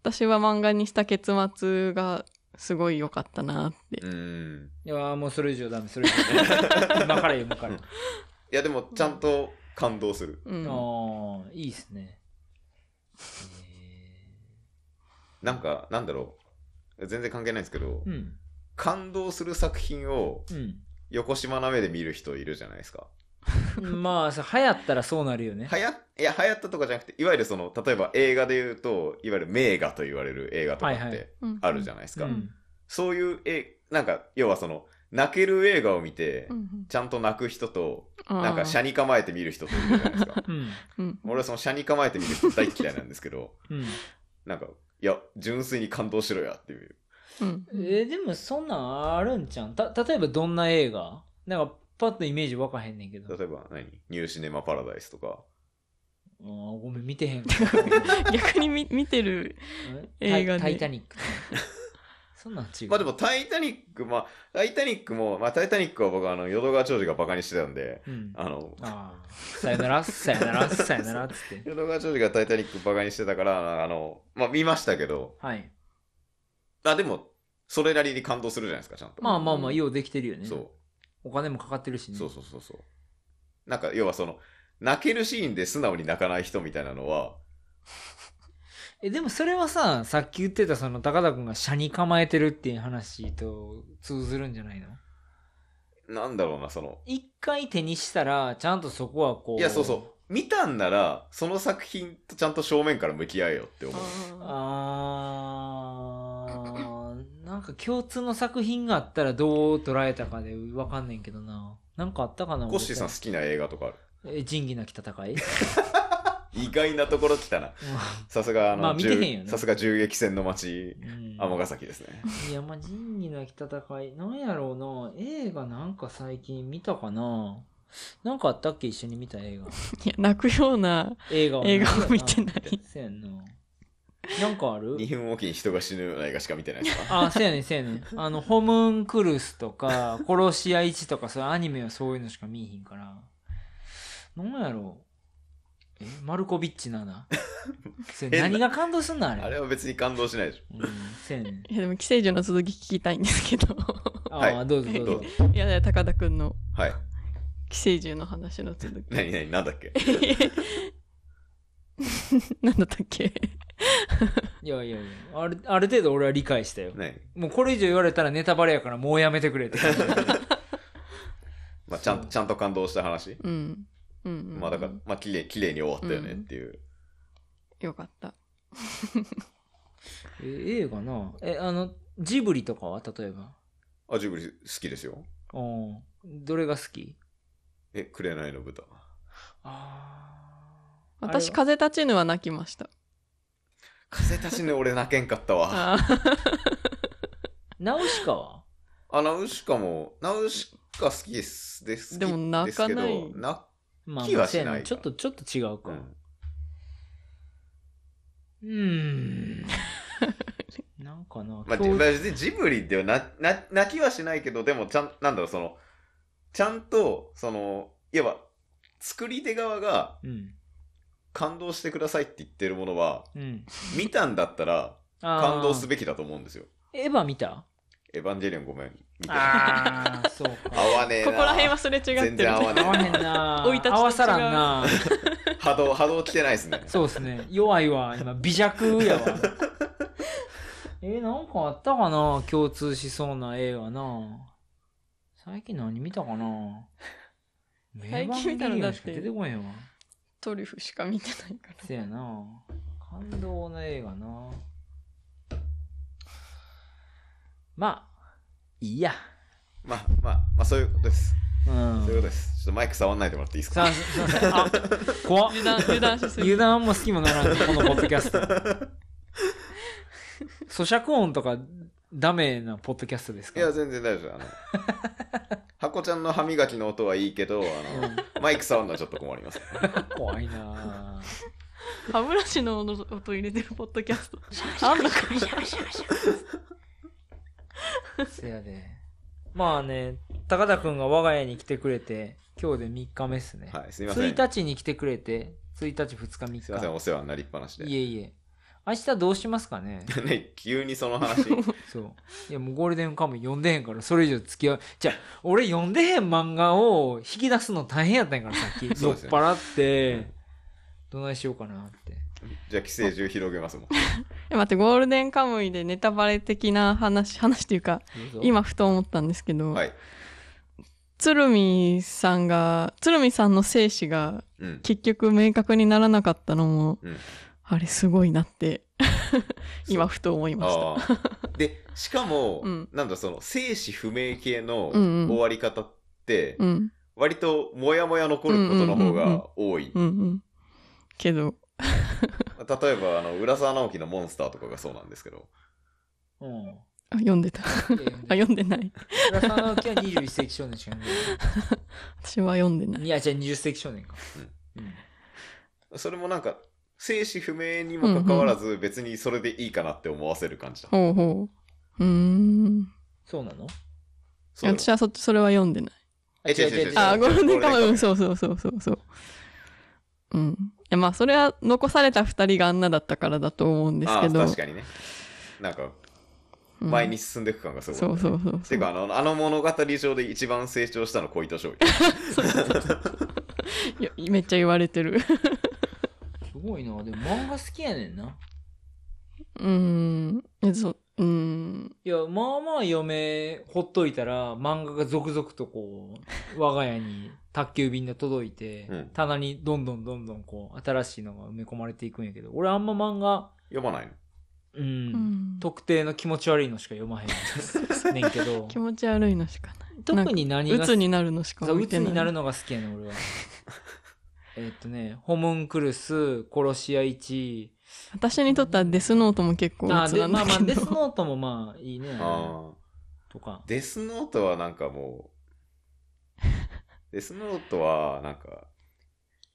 私は漫画にした結末がすごい良かったなって。うんいやーもうそれ以上ダメ、それ以上ダメ。今から読むから。いやでもちゃんと感動する、うん。ああ、いいですね。なんかなんだろう全然関係ないんですけど、えーうん、感動する作品を横島な目で見る人いるじゃないですかうん。まあ、そう流行ったらそうなるよね。はやいや流行ったとかじゃなくていわゆるその例えば映画で言うといわゆる名画と言われる映画とかっはいはいてあるじゃん。ないですうか、ん。そういうえなんか要はその泣ける映画を見て、うんうんちゃんと泣く人とあーなんか車に構えて見る人といるじゃないです かうん。うん俺はその車に構えて見る人大嫌いなんですけどうん。なんかいや純粋に感動しろやっていううんえーでもそんなんあるんちゃうんた、例えばどんな映画なんか、パッとイメージわかへんねんけど。あ例えば何ニューシネマパラダイスとかーごめん、見てへ んから。逆に見見てる。え映画でタイタイタニック。そんなん違う。まあでも、「タイタニック」まあ「タイタニックも」まあ「タイタニック」は僕はあの淀川長司がバカにしてたんでうん。ああのあー、さよなら、 さよなら、さよなら、つって。淀川長司が「タイタニック」バカにしてたからあのまあ見ましたけどはい。あでもそれなりに感動するじゃないですかちゃんと、まあまあまあ、ようできてるよね。そお金もかかってるしうね。そうそうそうそうなんか要はその泣けるシーンで素直に泣かない人みたいなのはえ、でもそれはさ、さっき言ってたその高田くんが車に構えてるっていう話と通ずるんじゃないのなんだろうなその一回手にしたら、ちゃんとそこはこう。いやそうそう見たんならその作品とちゃんと正面から向き合えよって思うああー、なんか共通の作品があったらどう捉えたかでわかんねんけどな。なんかあったかなコッシーさん好きな映画とかある俺え、仁義なき戦いうん意外なところ来たなさすがあの、まあ見てへんよね銃さすが銃撃戦の街うん尼崎ですねいや、まあ、仁義なき戦い、なんやろうな。映画なんか最近見たかな。なんかあったっけ一緒に見た映画。いや、泣くような映画は映画を見てない。せやんな。なんかある2分おきに人が死ぬような映画しか見てないですかあ、せやねんせやねん。あの、ホムンクルスとか、殺し屋市とか、そういうアニメはそういうのしか見えへんから。なんやろう。え、マルコビッチ7それ何が感動すんのあれ。あれは別に感動しないでしうん、せやねん。いや、でも、寄生獣の続き聞きたいんですけど。 あ、はいどうぞどうぞどう。いや、いや高田くんのょ。はい。 寄生獣の話の続 き。何何なんだっけなんだったっけいやいやいや、ある、ある程度俺は理解したよ。何もうこれ以上言われたらネタバレやからもうやめてくれ って。まあ、ちゃんちゃんと感動した話、うん。うん、うん。まあだから、まあ綺麗綺麗に終わったよねっていう、よかった。え映画な。え、あの、ジブリとかは例えば。あジブリ好きですようん。どれが好きえ紅の豚あーあれ私、は風立ちぬは泣きました。風立ちぬ俺泣けんかったわ ああ。ナウシカはあナウシカもナウシカ好きですですでも泣かないですけど泣ま気はしないまあせやちょっと、ちょっと違うくか。んうーん。なんかな、 まあ、今じ日まあ別にジブリではなな泣きはしないけどでもちゃんなんだろうそのちゃんとそのいわば作り手側がうん。感動してくださいって言ってるものはうん。見たんだったら感動すべきだと思うんですよき。エヴァ見たエヴァンゲリオンごめん見てないああ、そうか。合わねえ こなこら辺はすれ違ってる。全然合わ 合わねへんな。生い立ちと違う合わさらんな。波動波動来てないですねそうですね。弱いわ。今、微弱やわ。えー、なんかあったかな共通しそうな映画な。最近何見たかな最近見たのだ名盤ミリオってンしか出てこへんわ。トリュフしか見てないから。せやな。感動の映画な。まあ、いいや。まあまあまあそういうことですうそんういう。ことですちょっとマイク触んないでもらっていいですさかあ、すいません。あ、怖っ油断、油断しすぎ油。断も好きもならん、このポッドキャスト。咀嚼音とかダメなポッドキャストですいかや全然大丈 夫あの箱ちゃんの歯磨きの音はいいけどあのマイク触るのはちょっと困ります怖いなぁ歯ブラシの音入れてるポッドキャスト。 あんのかせやで。まあね、高田くんが我が家に来てくれて、今日で3日目っすね。はいすみません1日に来てくれて、1日、2日、すいません3お世話になりっぱなし日。でいえいえ。明日どうします かねね急にその 話そう。いや、もうゴールデンカムイ読んでへんから、それ以上付き合う。じゃあ、俺読んでへん漫画を引き出すの大変やったんやから、さっき。 そ酔うっですね払って、どないしようかなって。じゃあ寄生獣広げますもんえ待って、ゴールデンカムイでネタバレ的な話、話っていうか、どうぞ。今ふと思ったんですけど、はい鶴見さんが、鶴見さんの生死がうん結局明確にならなかったのも、うんあれすごいなって、今そうふと思いました。あ ーでしかも、うんなんだその生死不明系のうんうん終わり方って、うん、割とモヤモヤ残ることの方が多い、うん、うん。けど、例えばあの浦沢直樹の「モンスター」とかがそうなんですけどうん。いあ読んでた。あ、や読んで 読んでない。浦沢直樹は21世紀少年しか読んで私は読んでなない。い。いや、じゃあ20世紀少年か。うんそれもなんか生死不明にもかかわらず、別にそれでいいかなって思わせる感じだ、ほうほう。うーん。そうなのそう私はそっち、それは読んでない。え違う違う違うあ、ゴールデンカムイ、うんそそうそうそうそうそう。うん。いやまあ、それは残された二人があんなだったからだと思うんですあけーど。確かにねなんかうん前に進んでいく感がすごい、そうそうそうそてう。かあのあの物語上で一番成長したの小糸勝利いやめっちゃ言われてる。すごいな。でも漫画好きやねんな。うーん。いやそううーん。いや、まあまあ嫁ほっといたら漫画が続々とこ う、我が家に宅急便で届いて、うん棚にどんどんどんどんこう、新しいのが埋め込まれていくんやけど、俺あんま漫画、読まないのうん、うん特定の気持ち悪いのしか読まへんねんけど、 気持ち悪いのしかない。特に何が、鬱になるのしかそう置い鬱てない。になるのが好きやねん、 俺は。えっとね、ホムンクルス、殺し屋一私にとってはデスノートも結構あ、鬱で、なんまだあまあ、けデスど。ノートもまあいいね、あーとか。デスノートはなんかもデスノートは、なんか、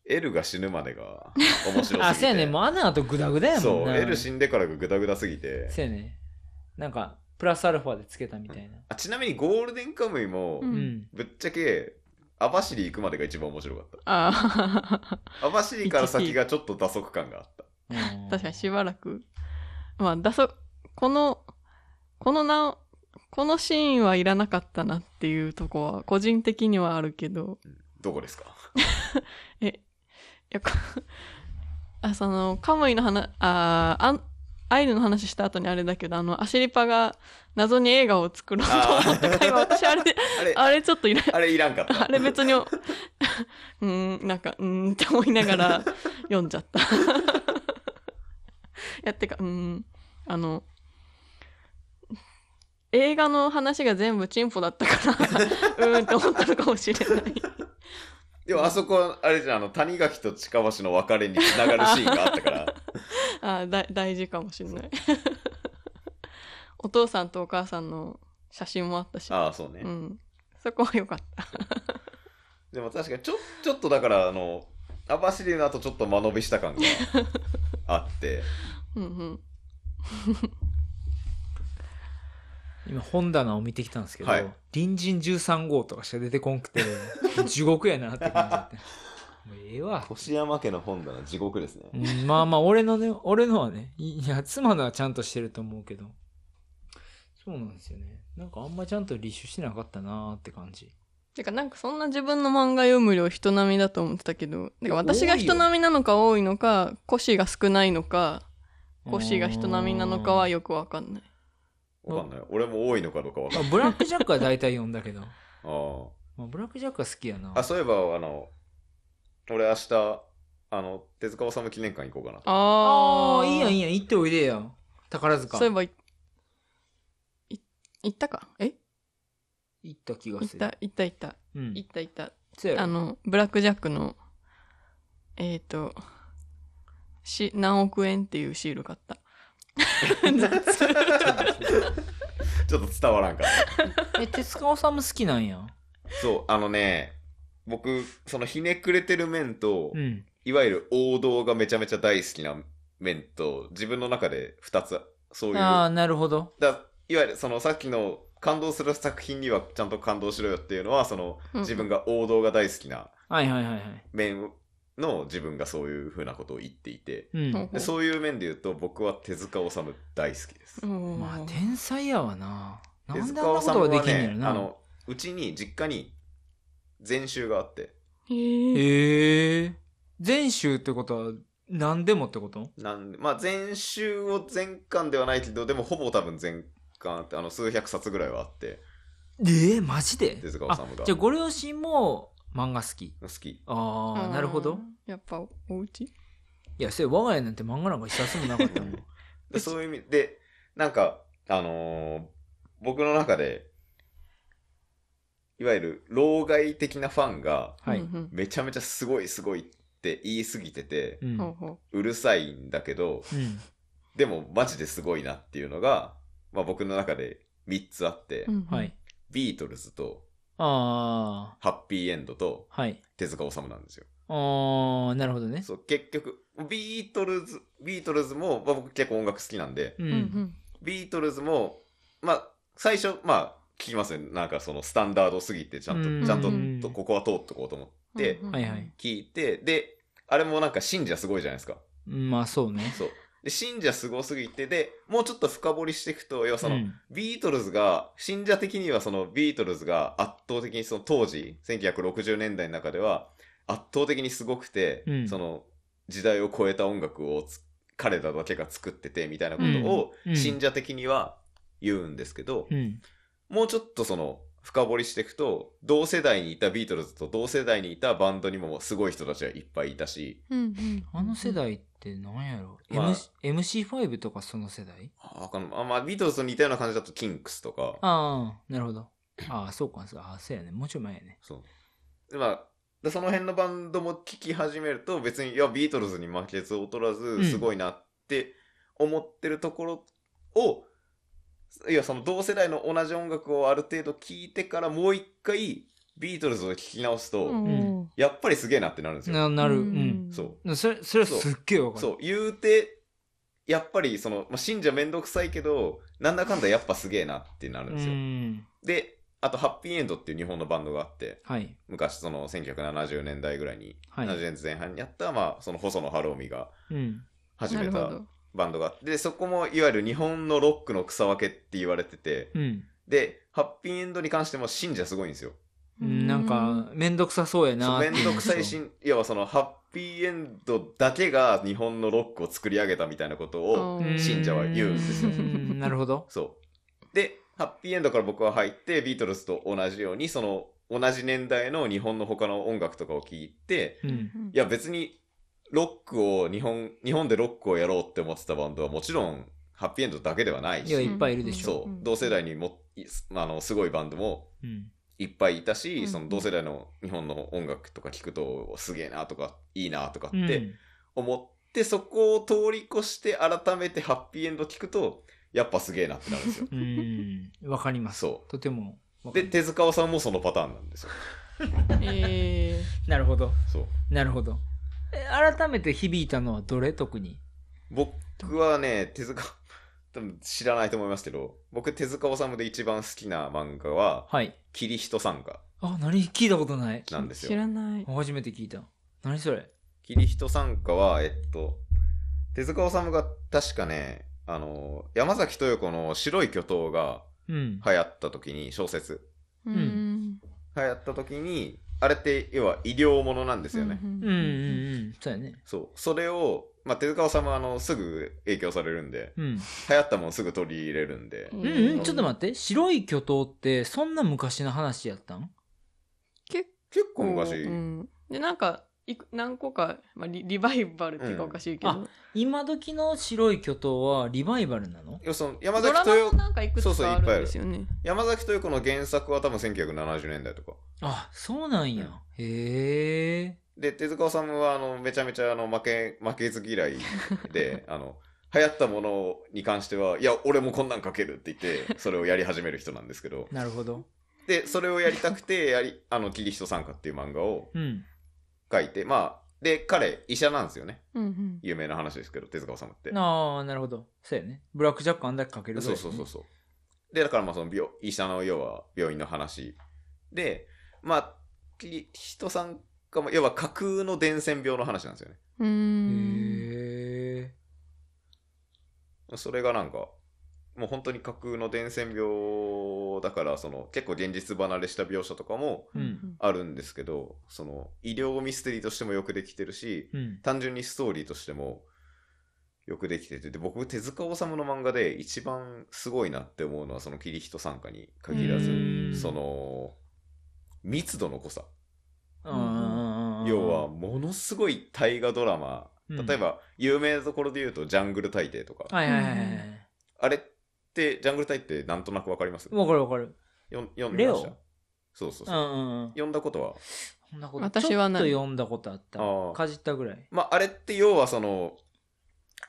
エルが死ぬまでが面白すぎて。あ、そうやね。もうあの後グダグダやもんそな。う、エル死んでからがグダグダすぎて。そうやね。なんか、プラスアルファでつけたみたいな。あちなみにゴールデンカムイも、ううんん。ぶっちゃけ、網走行くまでが一番面白かっああ。た。網走から先がちょっと打足感があった。うん 確かにしばらく。まあ、だそ、この、このな、このシーンはいらなかったなっていうとこは、個人的にはあるけど、どこですかえ、いや、こ あ、その、カムイの話、あーあん、アイヌの話した後にあれだけど、あの、アシリパが謎に映画を作ろうと思った回は、私 あれで、あれ、ああれちょっといられいらんかった。 あれ別に、うーん、なんか、うーんって思いながら読んじゃった。い や、ってか、うーん、あの、映画の話が全部チンポだったから、 うーんって思ったのかもしれない。でもあそこ、あれじゃんあの、谷垣と近橋の別れにつながるシーンがあったから、 あーだ大事かもしれない。 お父さんとお母さんの写真もあったし、ああ、そうね。うん、そこは良かった。でも確かにちょ、ちょっとだから、あの、網走の後ちょっと間延びした感があって、うんうん。今本棚を見てきたんですけど、はい隣人13号とかしか出てこんく て地獄やなって感じだってもうええわ、越山家の本棚地獄ですね。うんまあまあ俺のね俺のはねいや妻のはちゃんとしてると思うけどそうなんですよねなんかあんまちゃんと立証してなかったなーって感じてかなんかそんな自分の漫画読む量人並みだと思ってたけど、てか私が人並みなのか多いのか、コシが少ないのか、コシが人並みなのかはよくわかんない。わかんない。俺も多いのかどうかわかんまなあい。ブラックジャックは大体読んだけど、 あーまあ、ブラックジャックは好きやなあ、そういえば、あの、俺明日、あの、手塚治虫記念館行こうかなと。ああーーいいやんいいい。やん行っておいでや宝塚そういえば、い、い行ったかえ行った気が行っするた、行った行った。うん行った行った。そうやろあの、ブラックジャックの、えっ、ー、と、し、何億円っていうシール買った。 ちょっと伝わらんから。え手塚治虫好きなんやそう、あのね、僕、そのひねくれてる面と、うんいわゆる王道がめちゃめちゃ大好きな面と、自分の中で2つ、そういう。ああなるほどだいわゆるそのさっきの感動する作品にはちゃんと感動しろよっていうのはそのうん自分が王道が大好きなはいはいはいはい面の自分がそういうふうなことを言っていてううんんでそういう面で言うと僕は手塚治虫大好きですうんまあ天才やわなな手んであんな塚こ治とが虫ではきんやねろあなのうちに実家に全集があってへへえ。え全集ってことは何でもってことなんでまあ全集を全巻ではないけどでもほぼ多分全巻あってあの数百冊ぐらいはあってええマジで手塚治虫があじゃあご両親も漫画好き好きああなるほど。やっぱ、お家いやそれ我が家なんて漫画なんか一冊もなかったもんでそういう意味で、なんか、あのー僕の中で、いわゆる、老害的なファンが、はいうんうんめちゃめちゃすごいすごいって言いすぎててう、んほうほううるさいんだけど、うんでもマジですごいなっていうのが、まあ僕の中で3つあって、うんうんはいビートルズと、ああハッピーエンドと、はい手塚治虫なんですよ。ああなるほどねそう、結局、ビートルズ、ビートルズも、まあ僕結構音楽好きなんで、ううんんビートルズも、まあ、最初、まあ、聞きますね。なんかそのスタンダードすぎて、ちゃんと、うんちゃんとうんと、ここは通っとこうと思ってうんうんはいはい聞いて、で、あれもなんか信者すごいじゃないですか。まあそうねそう。で、信者すごすぎて、で、もうちょっと深掘りしていくと、要はそうの、んビートルズが、信者的にはそのビートルズが圧倒的にその当時、1960年代の中では、圧倒的にすごくて、うんその時代を超えた音楽をつ彼らだけが作ってて、みたいなことをうんうん信者的には言うんですけど、うんもうちょっとその深掘りしていくと、同世代にいたビートルズと同世代にいたバンドにもすごい人たちがいっぱいいたし、うんうんあの世代ってなんやろ、まあ M c MC5 とかその世代あわかんないあまあ、ビートルズと似たような感じだとキンクスとか、ああ、なるほど。ああ、そうか、そうああそうやね。もうちょい前やね。そう。で、まあ、でその辺のバンドも聴き始めると、別に、いや、ビートルズに負けず劣らんず、すごいなって思ってるところを、いや、その同世代の同じ音楽をある程度聴いてから、もう一回、ビートルズを聞き直すと、うんやっぱりすげえなってなるんですよ。ななる。う。うんんそそれ、それはすっげえわうかる。そう言うてやっぱりその、まあ、信者めんどくさいけどなんだかんだやっぱすげえなってなるんうですよ。ん。であとハッピーエンドっていう日本のバンドがあってはい。昔その1970年代ぐらいに、はい70年前半にやった、まあ、その細野晴臣がうん。始なめるほたど。バンドがあってでそこもいわゆる日本のロックの草分けって言われててうん。でハッピーエンドに関しても信者すごいんですよ。うんなんか、めんどくさそうやそうなめんどくさいし し要はそのハッピーエンドだけが日本のロックを作り上げたみたいなことをうん信者は言うんですよ。なるほど。そうでハッピーエンドから僕は入ってビートルズと同じようにその同じ年代の日本の他の音楽とかを聴いてうん。いや別にロックを日本日本でロックをやろうって思ってたバンドはもちろんハッピーエンドだけではないいや、しいっぱいいるでしょ。そううん同世代にもいあのすごいバンドもうん。いっぱいいたし、うんその同世代の日本の音楽とか聞くとすげえなとかいいなとかうん。って思って、そこを通り越して改めてハッピーエンド聞くとやっぱすげえなってなるんですようん。わかります。そとてもうわかでります。手塚さんもそのパターンなんですよ。えなるほど。そうなるほど。え改めて響いたのはどれ特に。僕はね手塚 多分知らないと思いますけど僕手塚治虫で一番好きな漫画ははい。 「キリヒト参加あ、何聞いたことない」。 なんです知よ。らない。初めて聞いた。何それ。キリヒト参加はえっと手塚治虫が確かねあの山崎豊子の「白い巨塔」がうん。流行った時に小説うんん。流行った時にあれって要は医療ものなんですよね、うんうんうんうん。そうやね。そうそれを、まあ、手塚治虫はあのすぐ影響されるんでうん。流行ったもんすぐ取り入れるんで、うんうん、ちょっと待って。白い巨頭って、そんな昔の話やったん結結構構昔、うんでなんかいく何個か、まあ、リリバイバルっていうかうんおかしいけど、あ今時の白い巨頭はリバイバルなの要するに山ド崎ラマも豊なんかいくつそうそうかあいっぱいあるんるですよね。山崎豊子の原作は多分1970年代とかあ、そうなんや。へえ。で手塚治虫はあのめちゃめちゃあの負け負けず嫌いであの流行ったものに関してはいや俺もこんなん書けるって言ってそれをやり始める人なんですけどなるほど。でそれをやりたくてやりあの「キリヒト参加」っていう漫画をうん。書いてまあで彼医者なんですよねうん有名な話ですけど手塚治虫ってああ、なるほど。そうやね。ブラックジャックあんだけかけるぐそらういそうそうそうでだからまあその病医者の要は病院の話でまあキリヒト参加も要は架空の伝染病の話なんですよねうへん。え。それがなんかもう本当に架空の伝染病だからその結構現実離れした描写とかもううんん。あるんですけどその医療ミステリーとしてもよくできてるしうん。単純にストーリーとしてもよくできててで僕手塚治虫の漫画で一番すごいなって思うのはそのキリヒト参加に限らずずその密度の濃さあー要は、ものすごい大河ドラマうん例え、ば有名なところで言うと「ジャングル大帝」とかはいはいはいはい。あれってジャングル大帝なんとなくわかりますわかるわかる。よん読んレでオましたそうそううそう、んうんうん。読んだことはそんなこと私はないちょっと読んだことあったあー。かじったぐらい。まああれって要はその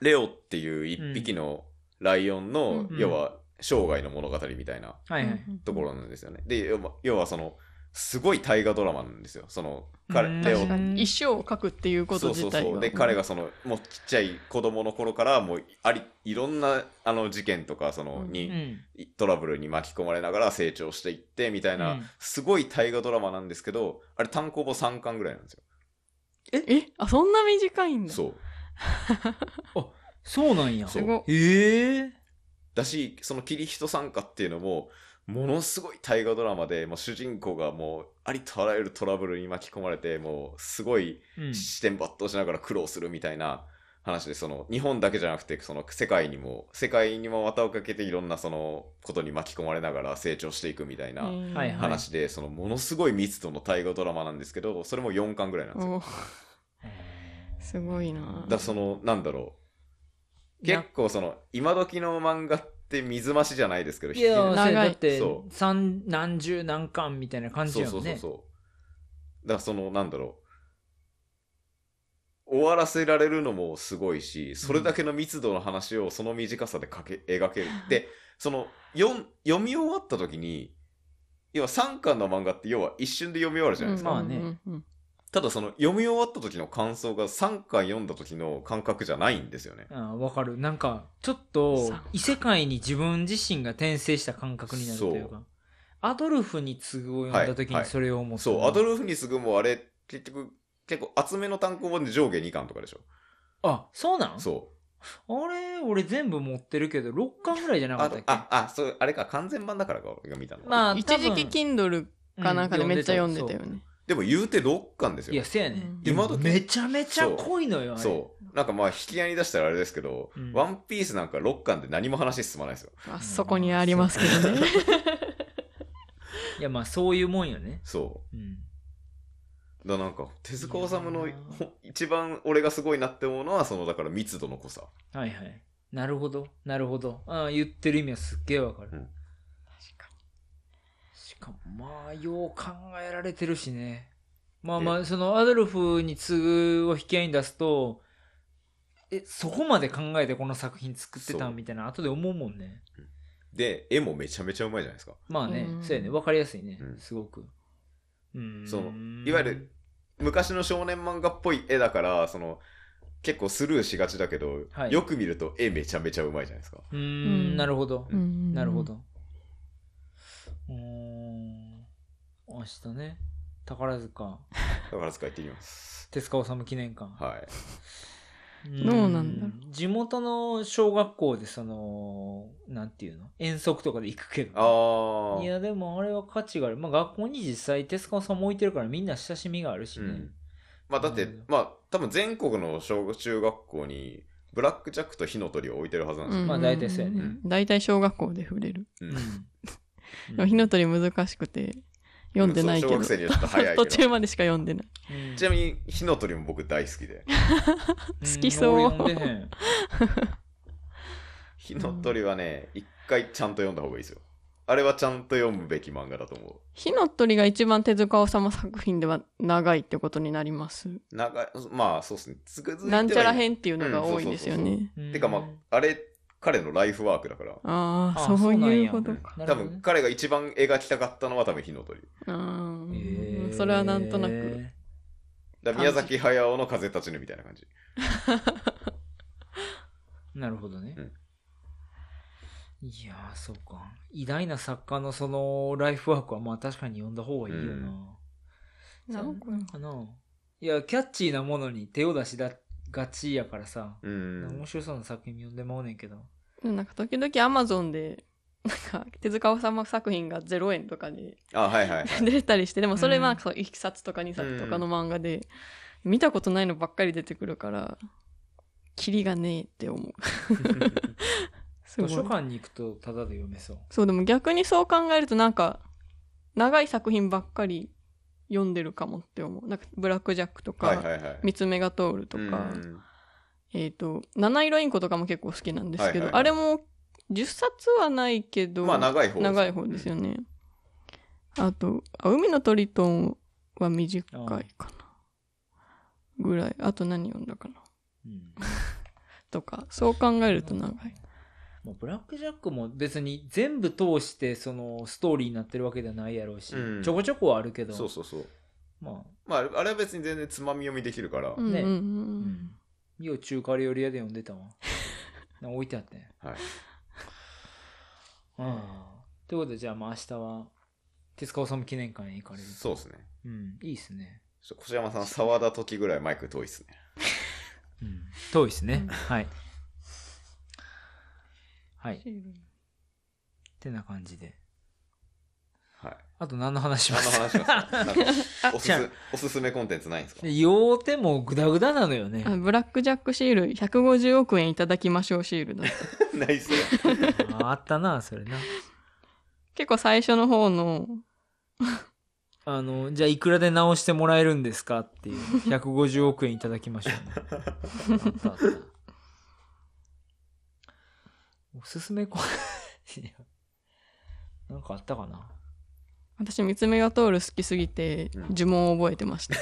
レオっていう一匹のライオンの、うん要は生涯の物語みたいなはいはい。ところなんですよね、で要は要はそのすごい大河ドラマなんですよその彼うんレオ確かに一生を書くっていうことそうそ自うそ体うが。で彼がそのもうちっちゃい子供の頃からもうありいろんなあの事件とかそのうんに、うん。トラブルに巻き込まれながら成長していってみたいな、うんすごい大河ドラマなんですけどあれ単行本3巻ぐらいなんですよ。えあそんな短いんだ。そうそうなんや。そすごっへえ。だしそのキリヒト参加っていうのもものすごい大河ドラマでもう主人公がもうありとあらゆるトラブルに巻き込まれてもうすごいうん視点抜刀しながら苦労するみたいな話でその日本だけじゃなくてその世界にも世界にも股をかけていろんなそのことに巻き込まれながら成長していくみたいな。うんはいはい話で、そのものすごい密度の大河ドラマなんですけどそれも4巻ぐらいなんですよおすごいな。だそのなんだろう結構その今時の漫画って水増しじゃないですけどいや、引きそ長れいだってそ、三、何十何巻みたいな感じそうやそうもんそうね。そうだからそのなんだろう終わらせられるのもすごいしそれだけの密度の話をその 短さで描け描けるでその読ん読み終わった時に要は3巻の漫画って要は一瞬で読み終わるじゃないですか、まあねうんうんただその読み終わった時の感想が3巻読んだ時の感覚じゃないんですよねああわかるなんかちょっと異世界に自分自身が転生した感覚になるというそかアドルフに次を読んだ時はいにはいそれを思った、そうアドルフニスグもあれ結局結構厚めの単行本で上下2巻とかでしょあそうなのそうあれ俺全部持ってるけど6巻ぐらいじゃなかあったっとけああそうあれか完全版だからか俺が見たのはまあ、多分一時期 Kindle かなんかでうめっちゃ読んでたそうよね。でも言うて6巻ですいよやせやねうんん今時めちゃめちゃ濃いのよあれそうなんかまあ引き合いに出したらあれですけど、うんワンピースなんか6巻で何も話進まないですよあそこにありますけどね。いやまあそういうもんよねそうんうだなんか手塚治虫のいやーほ一番俺がすごいなって思うのはそのだから密度の濃さはいはいなるほどなるほどああ言ってる意味はすっげえわかる、うんしかもまあよう考えられてるしねまあまあそのアドルフに次ぐを引き合いに出すとえそこまで考えてこの作品作ってたそうんみたいな後で思うもんねで絵もめちゃめちゃうまいじゃないですかまあね、うんそうやね分かりやすいね、うんすごくうーんそのいわゆる昔の少年漫画っぽい絵だからその結構スルーしがちだけど、はいよく見ると絵めちゃめちゃうまいじゃないですかうーんなるほど、なるほうん。ど。うーん。明日ね、宝塚、宝塚行ってきます手塚治虫記念 館。はいーどうなんだろ地元の小学校で、その、なんていうの遠足とかで行くけど。ああいや、でもあれは価値がある。まあ学校に実際手塚治虫置いてるからみんな親しみがあるしうね。ん、まあだって、なるほまあ多分全国の小中学校にブラックジャックと火の鳥を置いてるはずなんですよ、まあ大体そうやねん大体小学校で触れる。うんうんでも、火の鳥難しくて、読んでないけそう小ど学、生にはちょっと早いけど 途中までしか読んでない。うんちなみに火の鳥も僕大好きで好きそううん俺読んでへん火の鳥はね一回ちゃんと読んだ方がいいですよあれはちゃんと読むべき漫画だと思火の鳥が一番手塚治虫作品では長いってことになります。う長いまあそうですねつくづいてはいなんちゃら編っていうのが多いんですようんそうね。うんてかまああれ彼のライフワークだからあああ、そういうこそとうなんやか。なる多ほどね分彼が一番描きたかったのは多分火の鳥うんへーそれはなんとなく。だから宮崎駿の風立ちぬみたいな感じなるほどね。うんいやー、そうか。偉大な作家のそのライフワークはまあ確かに読んだ方がいいような。なそんうかかないや、キャッチーなものに手を出しだがちやからさ、う面ん白そうな作品読んでまうねんけど。なんか時々アマゾンで、なんか手塚治虫作品が0円とかであはいはいはい 出てたりして、でもそれうはんそう1冊とか2冊とかの漫画で、見たことないのばっかり出てくるから、キリがねえっ て思う。すご図い書館に行くとタダで読めそう。そう、でも逆にそう考えるとなんか、長い作品ばっかり読んでるかもって思う。なんかブラックジャックとか、はいはいはい三つ目が通るとか、うんえっ、と、七色インコとかも結構好きなんですけど、はいはいはいあれも10冊はないけど、まあ長い方長い方ですよね。あと、あ海のトリトンは短いかな。ぐらい。あと何読んだかな。うん。とか、そう考えると長い。もうブラック・ジャックも別に全部通してそのストーリーになってるわけではないやろうし、うんちょこちょこはあるけうんど、そうそうそうままあ、あれは別に全然つまみ読みできるから、うんうんうあ、うんん。よう中華料理屋で読んでた わ。なんか置いてあってん。はい、うんということで、じゃあ、まあ明日は、手塚治虫記念館へ行かれる。そうですね。うん、いいですね。ちょっと小山さん、沢田時ぐらいマイク遠いっすね。うん、遠いですね。うんはい。はい。ってな感じで。 はい。あと何の話しま何の話しすますかな んかおすじゃすおすすめコンテンツないんですか で要点もグダグダなのよねあ。ブラックジャックシール150億円いただきましょうシールだっ た ないっすよ。ああったな、それな。結構最初の方のあの、じゃあ、いくらで直してもらえるんですかっていう。150億円いただきましょう、ね。あったあった。 おすすめこ、いやなんかあったかな。私三つ目が通る好きすぎてうん呪文を覚えてました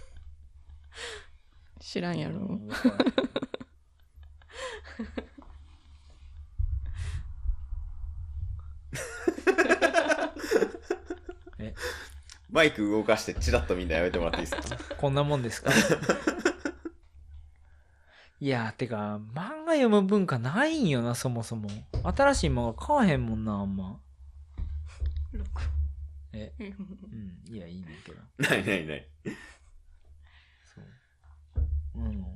知らんやうろんわかるマイク動かしてチラッとみんなやめてもらってい いですかこんなもんですかいやてか漫画読む文化ないんよなそもそも新しい漫画買わへんもんなあんまえうんいやいいねんけどないないない。そううんうん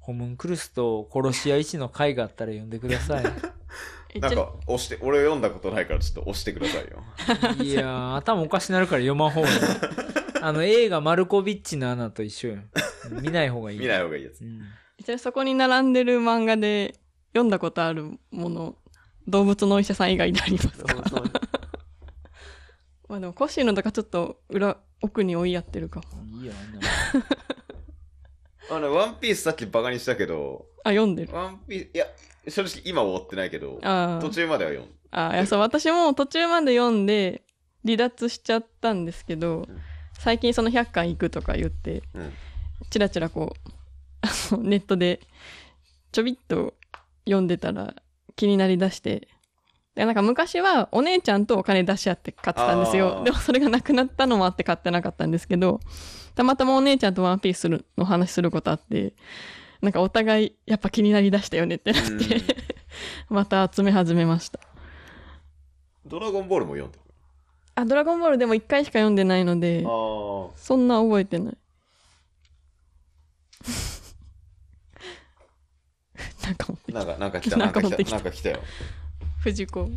ホムンクルスと殺し屋一の回があったら読んでく ださいえなんちょか押して、俺読んだことないからちょっと押してください よ。いやー頭おかしなるから読まん 方がいいあの映画「マルコビッチの穴」と一緒よ見ない方がいい見ない方がいいやつ。うんちなみにそこに並んでる漫画で読んだことあるもの動物のお医者さん以外でありますか まあでもコッシーのとかちょっと裏奥に追いやってるかもいいよあんなもんあの、ワンピースさっきバカにしたけど、あ読んでるワンピース、いや、正直今は追ってないけど、あ途中までは読んああいやそう私も途中まで読んで離脱しちゃったんですけどうん最近その100巻行くとか言って、うんちらちらこうあのネットでちょびっと読んでたら気になりだしてでなんか昔はお姉ちゃんとお金出し合って買ってたんですあよーでもそれがなくなったのもあって買ってなかったんですけどたまたまお姉ちゃんとワンピースするの話することあってなんかお互いやっぱ気になりだしたよねってなって、うん また集め始めましたドラゴンボールも読んでる。あ、ドラゴンボールでも一回しか読んでないので、あそんな覚えてない。なんか持っあ。てきたなんか、なんか来 た、ななんんかか持って来きた、たなんか来たよ。藤子。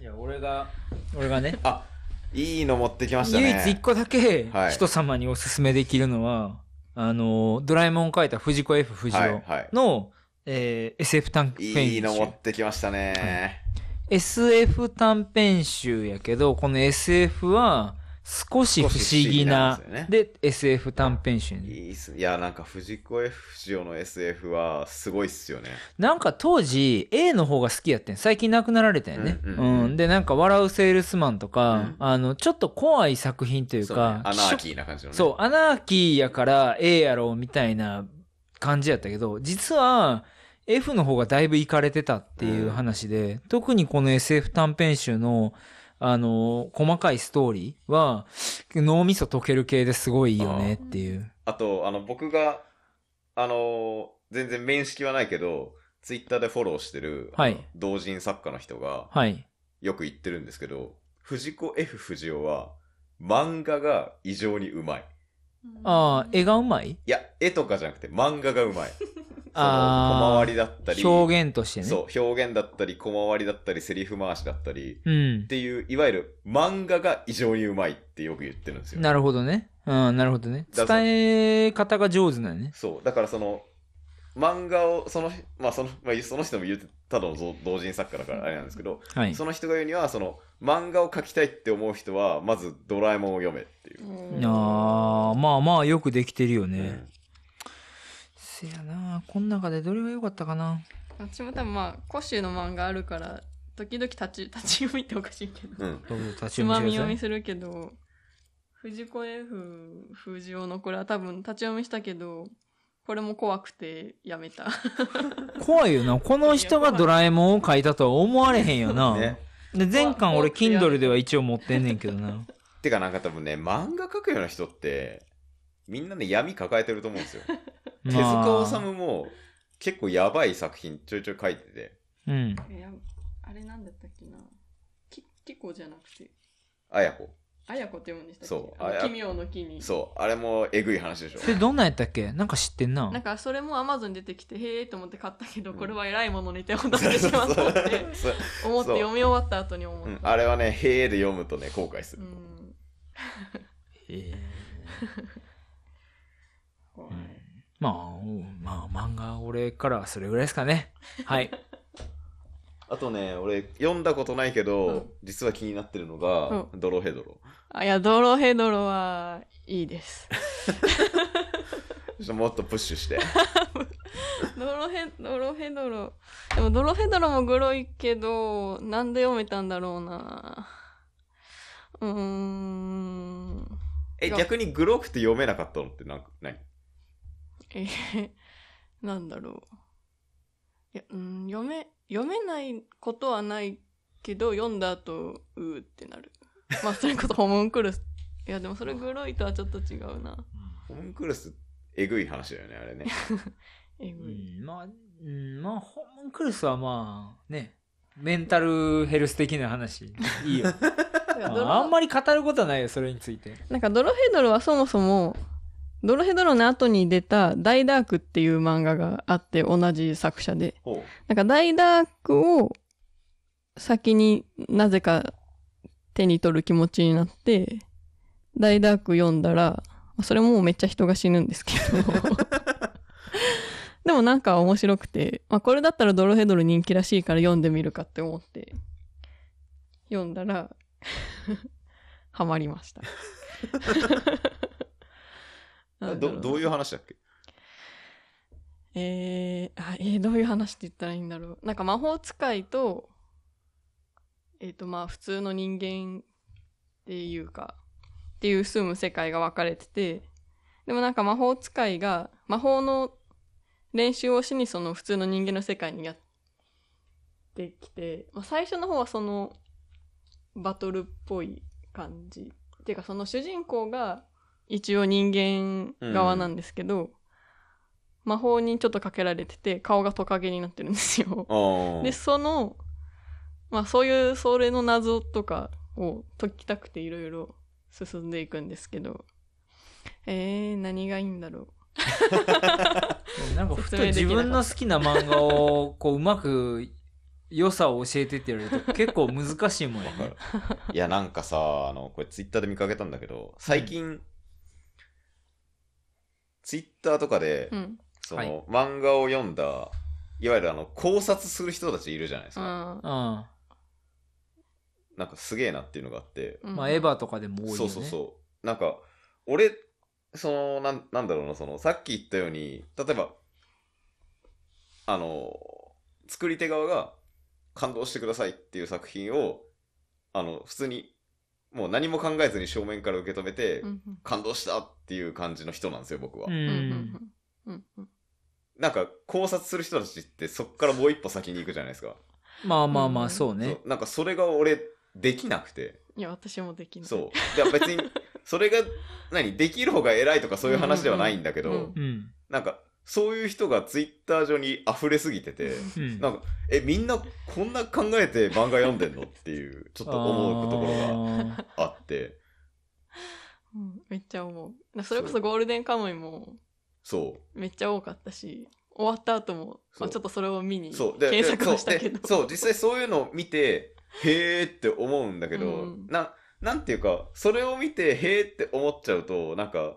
いや俺が俺がねあ、いいの持ってきました唯ね。一一個だけはい人様におすすめできるのは、あのドラえもん描いた藤子 F 不二はい雄はい。の、えー SF 短編集いいの持ってきましたね。 SF 短編集やけどこの SF は少し不思議な少し不思議なんですで SF 短編集いにいっす。いや、なんか藤子 F 不二雄の SF はすごいっすよね。なんか当時 A の方が好きやってん最近亡くなられたよね、ううんんうんうんでなんか「笑うセールスマン」とか、うんあのちょっと怖い作品というそうねかアナーキーな感じのね。そう、アナーキーやから A やろうみたいな感じやったけど、実は F の方がだいぶいかれてたっていう話で、特にこの SF 短編集の、あの、細かいストーリーは、脳みそ溶ける系ですごいいいよねっていう。あと、あの、僕が、あのー全然面識はないけど、ツイッターでフォローしてる、はいあの同人作家の人が、はい。よく言ってるんですけど、藤子 F 不二雄は、漫画が異常にうまい。ああ、絵がうまいいや、絵とかじゃなくて、漫画がうまい。 その小あー回りだったり、表現としてね。そう、表現だったり、小回りだったり、セリフ回しだったり、う。んっ。ていう、いわゆる漫画が異常にうまいってよく言ってるんですよ。なるほどね。うん、なるほどね。だから伝え方が上手なのね。そう、だからその、漫画を、その、まあその、まあその人も言うて、ただのぞ同人作家だからあれなんですけど、はい。その人が言うには、その、漫画を描きたいって思う人は、まずドラえもんを読めっていう。あーまあまあよくできてるよね。うんせやなこの中でどれが良かったかな私も多分まあ、コッシーの漫画あるから、時々立ち、 立ち読みっておかしいけど。うん。どうぞ立ちつ読まみみしてくだ読さみいするけど、藤子 F 不二雄のこれは多分立ち読みしたけど、これも怖くてやめ た。怖いよなこの人がドラえもんを描いたとは思われへんよ な、ね。で前巻俺怖くてやめ Kindle では一応持ってんねんけど なてかなんか多分ね、漫画描くような人って、みんなね、闇抱えてると思うんですよ。手塚治まあ虫も、結構やばい作品ちょいちょい書いてて、うんいやあれなんだったっけなきキコじゃなくてあやこ。あやこって読むんでしたっけそうあのあや奇妙の木にそう、あれもえぐい話でしょ。それどんなんやったっけなんか知ってんななんかそれもアマゾン出てきてへえと思って買ったけどうんこれは偉いものに手を出してしまったってそう思ってそう読み終わった後に思うんっ、たあれはね、へえで読むとね、後悔すうる。んえー怖ういんまあ、うんまあ漫画俺からはそれぐらいですかねはいあとね、俺、読んだことないけど、うん実は気になってるのが、ドロヘドロ。あいやドロヘドロはいいです ちょっともっとプッシュして。ドロヘドロヘドロでもドロヘドロもグロいけどなんで読めたんだろうなうーんえ、逆にグロくて読めなかったのってなんか、何え ーなんだろう。いや、うん、 読め、読めないことはないけど、読んだ後、うーってなる。まあそれこそホムンクルスいやでもそれグロいとはちょっと違うなホムンクルス、えぐい話だよね、あれね。えうぐい、ん、まあ、うん、まあ、ホームンクルスはまあ、ね、メンタルヘルス的な話、いい よ。まあ、あんまり語ることはないよ、それについて。なんかドロヘドロはそもそもドロヘドロの後に出た「大ダーク」っていう漫画があって同じ作者でほなんか大ダークを先になぜか手に取る気持ちになって、大ダーク読んだら、それもめっちゃ人が死ぬんですけど。 でもなんか面白くて、まあ、これだったらドロヘドロ人気らしいから読んでみるかって思って、読んだら、 ハマりま した。う。ど、どういう話だっけえー、あ、えーどういう話って言ったらいいんだろう。なんか魔法使いと、えっ、とまあ普通の人間っていうか、っていう住む世界が分かれてて、でもなんか魔法使いが魔法の練習をしにその普通の人間の世界にやってきて、まあ最初の方はそのバトルっぽい感じ。っていうかその主人公が一応人間側なんですけど、魔法にちょっとかけられてて顔がトカゲになってるんですよ。あでそのまあそういうそれの謎とかを解きたくていろいろ進んでいくんですけどえー、何がいいんだろなんか、ふと説明でき自なかった分の好きな漫画を、こう、うまく、良さを教えてって言われ ると結構難しいもんね。わかる。いや、なんかさ、あの、これツイッターで見かけたんだけど、最近、ツイッターとかで、ううんそはいの、漫画を読んだ、いわゆるあの、考察する人たちいるじゃないですか。あうん。なんかすげえなっていうのがあって、ーうんまあ、エヴァとかでも多いよね。そうそうそう。なんか、俺、その、なんなんだろうな、その、さっき言ったように、例えば、あの、作り手側が感動してくださいっていう作品を、あの、普通に、もう何も考えずに正面から受け止めて、うんうん感動したっていう感じの人なんですよ、僕は。ううんうんん。うんうんなんか、考察する人たちって、そっからもう一歩先に行くじゃないですか。まあまあまうあ、んそうね。そうなんか、それが俺、できなくて。いや私もできないそう。で別に、それが、何、できる方が偉いとかそういう話ではないんだけど、うんうんうんうん。なんか、そういう人がツイッター上に溢れすぎてて、うん。なんか、え、みんなこんな考えて漫画読んでんのって いう、ちょっと思うところろが。があって、うん、めっちゃ思うそれこそゴールデンカムイもそめっちゃ多かったし終わった後もそうまあ、ちょっとそれを見にう。そう。検索そうをしたけどでそう、実際そういうのを見て、へーって思うんだけど、うんな、なんていうか、それを見て、へーって思っちゃうと、なんか、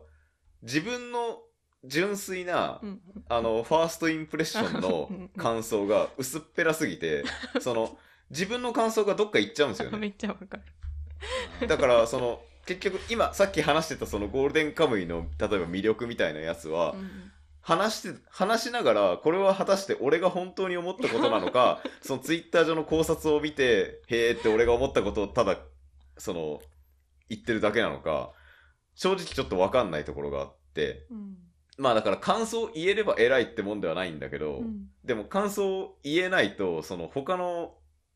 自分の純粋な、うんあの、ファーストインプレッション の感想が薄っぺらすぎて、その、自分の感想がどっか行っちゃうんですよね め。っちゃわかるだからその結局今さっき話してたそのゴールデンカムイの例えば魅力みたいなやつは、うんうん話して話しながらこれは果たして俺が本当に思ったことなの かそのツイッター上の考察を見てへーって俺が思ったことをただその言ってるだけなのか正直ちょっと分かんないところがあってうんまあだから感想を言えれば偉いってもんではないんだけど、うんでも感想を言えないとその他の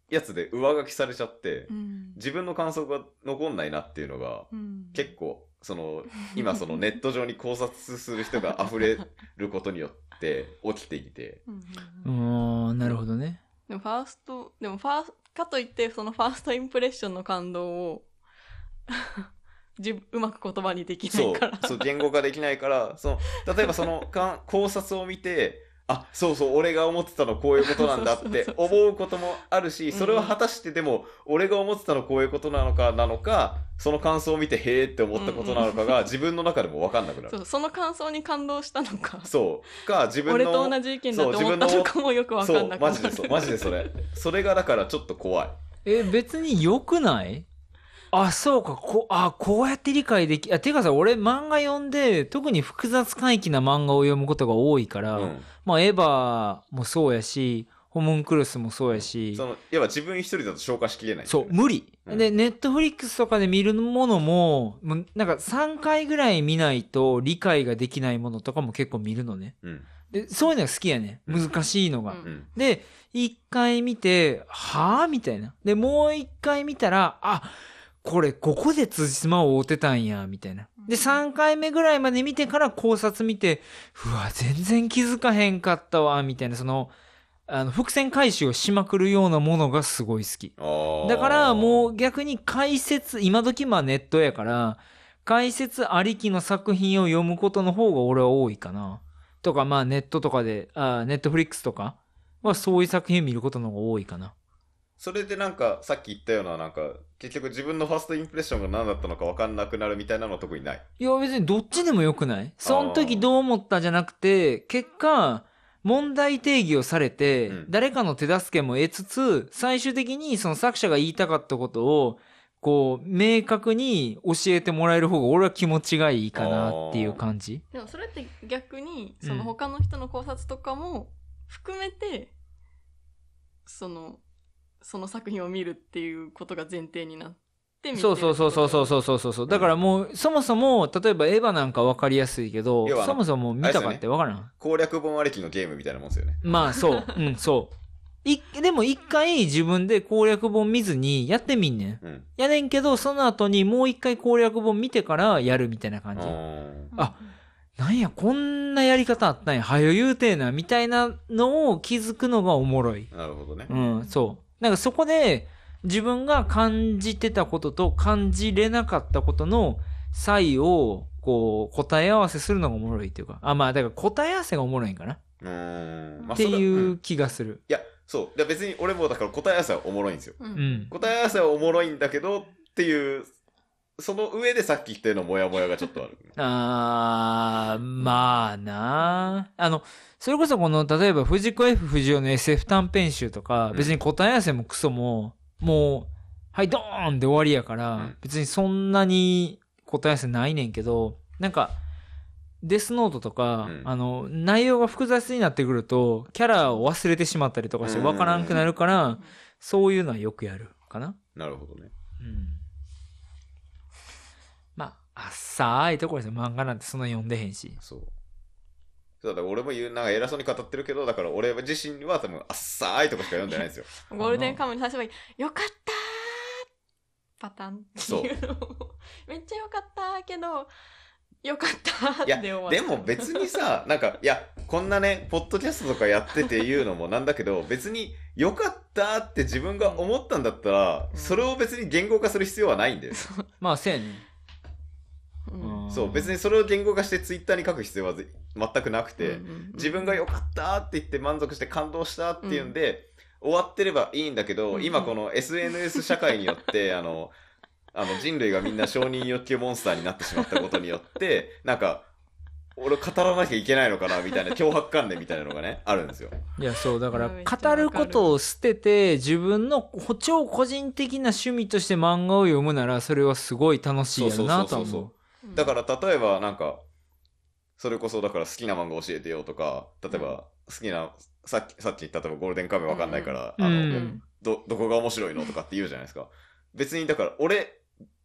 やつで上書きされちゃってう。ん自分の感想が残んないなっていうのが結構そ の今そのネット上に考察する人が溢れることによって起きていてうんうんううんん、なるほどね。でもファーストでもファースかといってそのファーストインプレッションの感動をじうまく言葉にできなそいからうそう言語化できないからその例えばそ のかん考察を見てあそうそう俺が思ってたのこういうことなんだって思うこともあるしそれは果たしてでも俺が思ってたのこういうことなのかなのかその感想を見てへーって思ったことなのかが自分の中でも分かんなくなそる。うその感想に感動したのかそうか自分俺のと同じ意見だと思ったのかもよくわかそんうなくなマるジでそうマジでそれそれがだからちょっと怖いえ、別に良くないあ、そうか、こ、あ、こうやって理解でき、あ、てかさ、俺漫画読んで、特に複雑回帰な漫画を読むことが多いから、うん、まあ、エヴァもそうやし、ホムンクルスもそうやしそ、の要は自分一人だと消化しきれないそう、無理。うんで、ネットフリックスとかで見るものも、もうなんか3回ぐらい見ないと理解ができないものとかも結構見るのね。うんで、そういうのが好きやね。うん難しいのが。うんうんで、一回見て、はぁみたいな。で、もう一回見たら、あ、これここで辻褄を追ってたんやみたいなで3回目ぐらいまで見てから考察見てうわ全然気づかへんかったわみたいなそのあの伏線回収をしまくるようなものがすごい好きああ。だからもう逆に解説今時まあネットやから解説ありきの作品を読むことの方が俺は多いかなとかまあネットとかであネットフリックスとかはそういう作品見ることの方が多いかなそれでなんか、さっき言ったような、なんか、結局自分のファーストインプレッションが何だったのか分かんなくなるみたいなのは特にない。いや別にどっちでもよくないその時どう思ったじゃなくて結果問題定義をされて、うん誰かの手助けも得つつ最終的にその作者が言いたかったことをこう明確に教えてもらえる方が俺は気持ちがいいかなっていう感じでもそれって逆にうんその他の人の考察とかも含めてそのその作品を見るっていうことが前提になって見てるそうそうそうそうそううそうそうそうだからもうそもそも例えばエヴァなんか分かりやすいけど要はあのそもそも見たかって分からん、攻略本ありきのゲームみたいなもんですよね。まあそううんそういでも一回自分で攻略本見ずにやってみんねんうん。やねんけど、その後にもう一回攻略本見てからやるみたいな感じ。ああなんや、こんなやり方あったんや、はよ言うてえな、みたいなのを気づくのがおもろい。ーなるほどねう。ん、そう。なんかそこで、自分が感じてたことと感じれなかったことの差異を、こう、答え合わせするのがおもろいというか。あ、まあ、だから答え合わせがおもろいんかな。うーん。まあってそれいんいう気がする。や、そう。いや別に俺もだから答え合わせはおもろいんですよ。ううんん。答え合わせはおもろいんだけどっていう、その上でさっき言ったようなモヤモヤがちょっとある。あー、まあなあの、それこそこの、例えば、藤子 F 不二雄の SF 短編集とかう、ん別に答え合わせもクソも、もう、はい、ドーンで終わりやから、うん別にそんなに答え合わせないねんけど、なんか、デスノートとか、うんあの、内容が複雑になってくると、キャラを忘れてしまったりとかして、うんわからんくなるから、うんそういうのはよくやるかな。 なるほどね。うんまあ、あっさーいところですよ。漫画なんてそんな読んでへんし。そう。そうだから俺も言う、なんか偉そうに語ってるけど、だから俺自身は多分、あっさーいとかしか読んでないんですよ。ゴールデンカムに最初は「よかったー!」パタンっていうのを めっちゃよかったーけどよかったいやーって思でも別に さ、なんか、いや、こんなね、ポッドキャストとかやってて言うのもなんだけど、別に良かったって自分が思ったんだったら、うんそれを別に言語化する必要はないんだよ。まあ、せやね。うんそう、別にそれを言語化してツイッターに書く必要はぜ全くなくて、うんうんうん自分が良かったって言って満足して感動したっていうんで、終わってればいいんだけど、うん今この SNS 社会によって、あの、あの人類がみんな承認欲求モンスターになってしまったことによって、 なんか、俺語らなきゃいけないのかなみたいな脅迫観念みたいなのがね、あるんですよ。いや、そう、だか、めっちゃわから語るることを捨てて、自分のほ超個人的な趣味として漫画を読むなら、それはすごい楽しいやろなとそうはそうそうそ思うう。だから例えばなんか、それこそだから好きな漫画教えてよとか、例えば好きな、さっき、さっき、例えばゴールデンカムイわかんないから、うあの、ん。ど、どこが面白いのとかって言うじゃないですか。別に、だから、俺、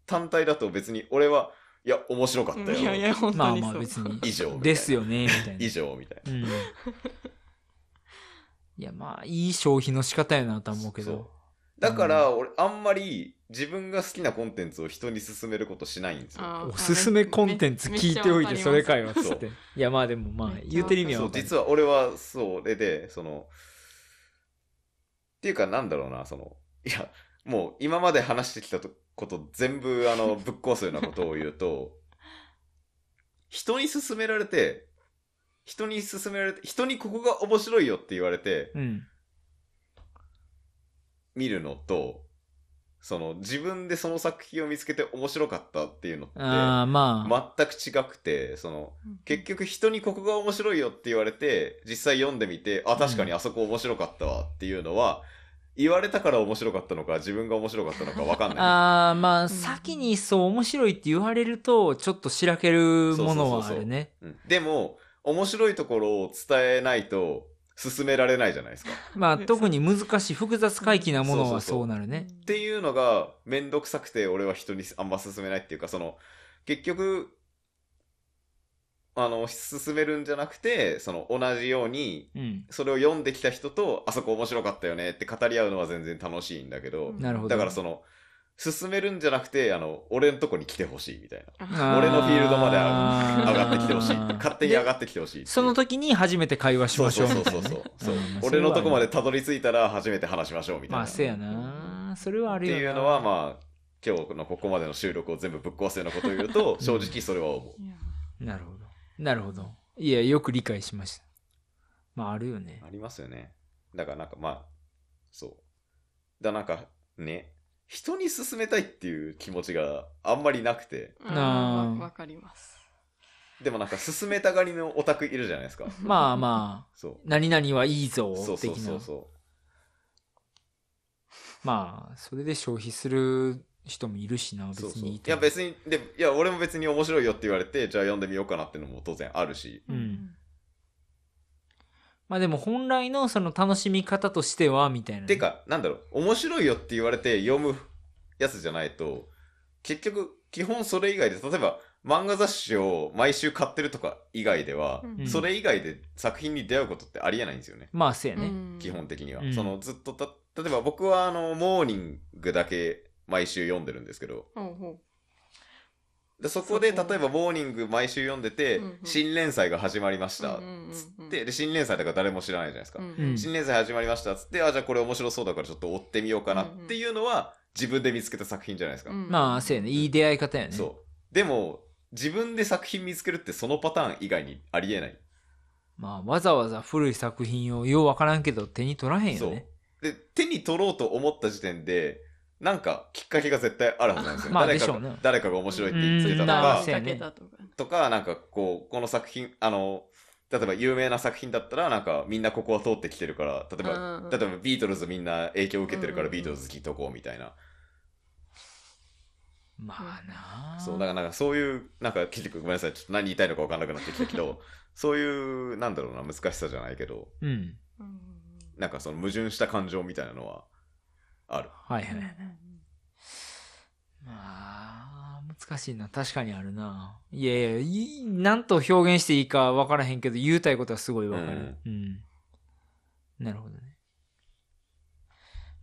単体だと別に、俺は、いや、面白かったよ。いやいや本当にそまうあまあ、別に。以上みたいなですよね、みたいな以。上、みたいな。うん。いや、まあ、いい消費の仕方やなとは思うけそうど。だから、俺、あんまり、自分が好きなコンテンツを人に勧めることしないんですよ。あーおすすめコンテンツ聞いておいて、それかよ、つっ。て。いや、まあでも、まあ、言うてる意味はそう、わかる実は俺は、それで、その、っていうか、なんだろうな、その、いや、もう、今まで話してきたとこと、全部、あの、ぶっ壊すようなことを言うと、人に勧められて、人に勧められて、人にここが面白いよって言われて、うん。見るのと、その、自分でその作品を見つけて面白かったっていうのって、ああ、まあ。全く違くて、その、結構局人にここが面白いよって言われて実際読んでみてあ確かにあそこ面白かったわっていうのは、言われたから面白かったのか自分が面白かったのか分かんないああまあん先にそう面白いって言われるとちょっとしらけるものはあるねうんでも面白いところを伝えないと進められないじゃないですかっまあ特に難しい複雑回帰なものはそうなるねていうのがめんどくさくて俺は人にあんま進めないっていうかその結局あの進めるんじゃなくてその同じようにうんそれを読んできた人とあそこ面白かったよねって語り合うのは全然楽しいんだけど、なるほどだからその進めるんじゃなくて、あの、俺のとこに来てほしいみたいあな。ー 俺のフィールドまであー上がってきてほ しい。勝手に上がってきてほしいっていう。その時に初めて会話しそうましそょううそうみたそいうなそねう。そううんまあ俺のとこまでそれたはどり着いたら初めて話しましょうみ あるまたあいせな。やなそれはあっるてよいうのはまあ、今日のここまでの収録を全部ぶっ壊すようなことを言うと、正直それは思う。いやなるほどなるほどいやよく理解しましたまああるよねありますよね。だからなんかまあ、そう。だからなんかね、人に勧めたいっていう気持ちがあんまりなくて、あーわわかります。でもなんか勧めたがりのオタクいるじゃない ですか。まあまあそ何々はいいぞう。そうそ的うそなうそまあそれで消費する人もいるしなう。そう別そうにいいいとや思う別に、で、いや俺も別に面白いよって言われて、じゃあ読んでみようかなってのも当然あるし。うんまあでも本来のその楽しみ方としてはみたいなねてか、なんだろう、面白いよって言われて読むやつじゃないと、結局、基本それ以外で、例えば漫画雑誌を毎週買ってるとか以外では、うんそれ以外で作品に出会うことってありえないんですよね、まあせやうね、ん基本的には。うんそのずっとた、例えば僕はあの、モーニングだけ毎週読んでるんですけど、ほうほでそこでそこ例えばモーニング毎週読んでて、うんうん新連載が始まりました、うんうんうんうんつって、で、新連載だから誰も知らないじゃないですか。ううん新年祭始まりましたっつってあじゃあこれ面白そうだからちょっと追ってみようかなうんうんっていうのは自分で見つけた作品じゃないですか、うんまあせやねいい出会い方やねそうでも自分で作品見つけるってそのパターン以外にありえない、まあわざわざ古い作品をようわからんけど手に取らへんそようねで手に取ろうと思った時点でなんかきっかけが絶対あるはずなんですよ、まあ誰かでしょうねが誰かが面白いって言ってたうとんかまあせやねかけたとかねとかなんかこうこの作品あの例えば有名な作品だったらなんかみんなここは通ってきてるから例えば、うんうん例えばビートルズみんな影響を受けてるかうんらうんビートルズ聞いとこうみたいな、まあなあそう、だからなんかそういう、なんか結局ごめんなさい、ちょっと何言いたいのか分かんなくなってきたけ ど、そういう、なんだろうな、難しさじゃないけど、うんうんうんなんかその矛盾した感情みたいなのはある。はいはい、うんまあ難しいな確かにあるないやいやいなんと表現していいかわからへんけど言うたいことはすごいわかるうん、なるほどね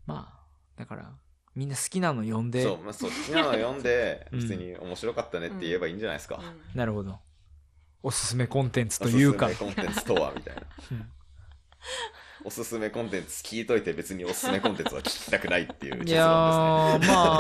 まあだからみんな好きなの読んでそう、まあそう、好きなの読んで、 うん普通に面白かったねって言えばいいんじゃないですか。うんなるほどおすすめコンテンツというかおすすめコンテンツとはみたいなうん。 おすすめコンテンツ聞いといて別におすすめコンテンツは聞きたくないっていうい結や論ー、ま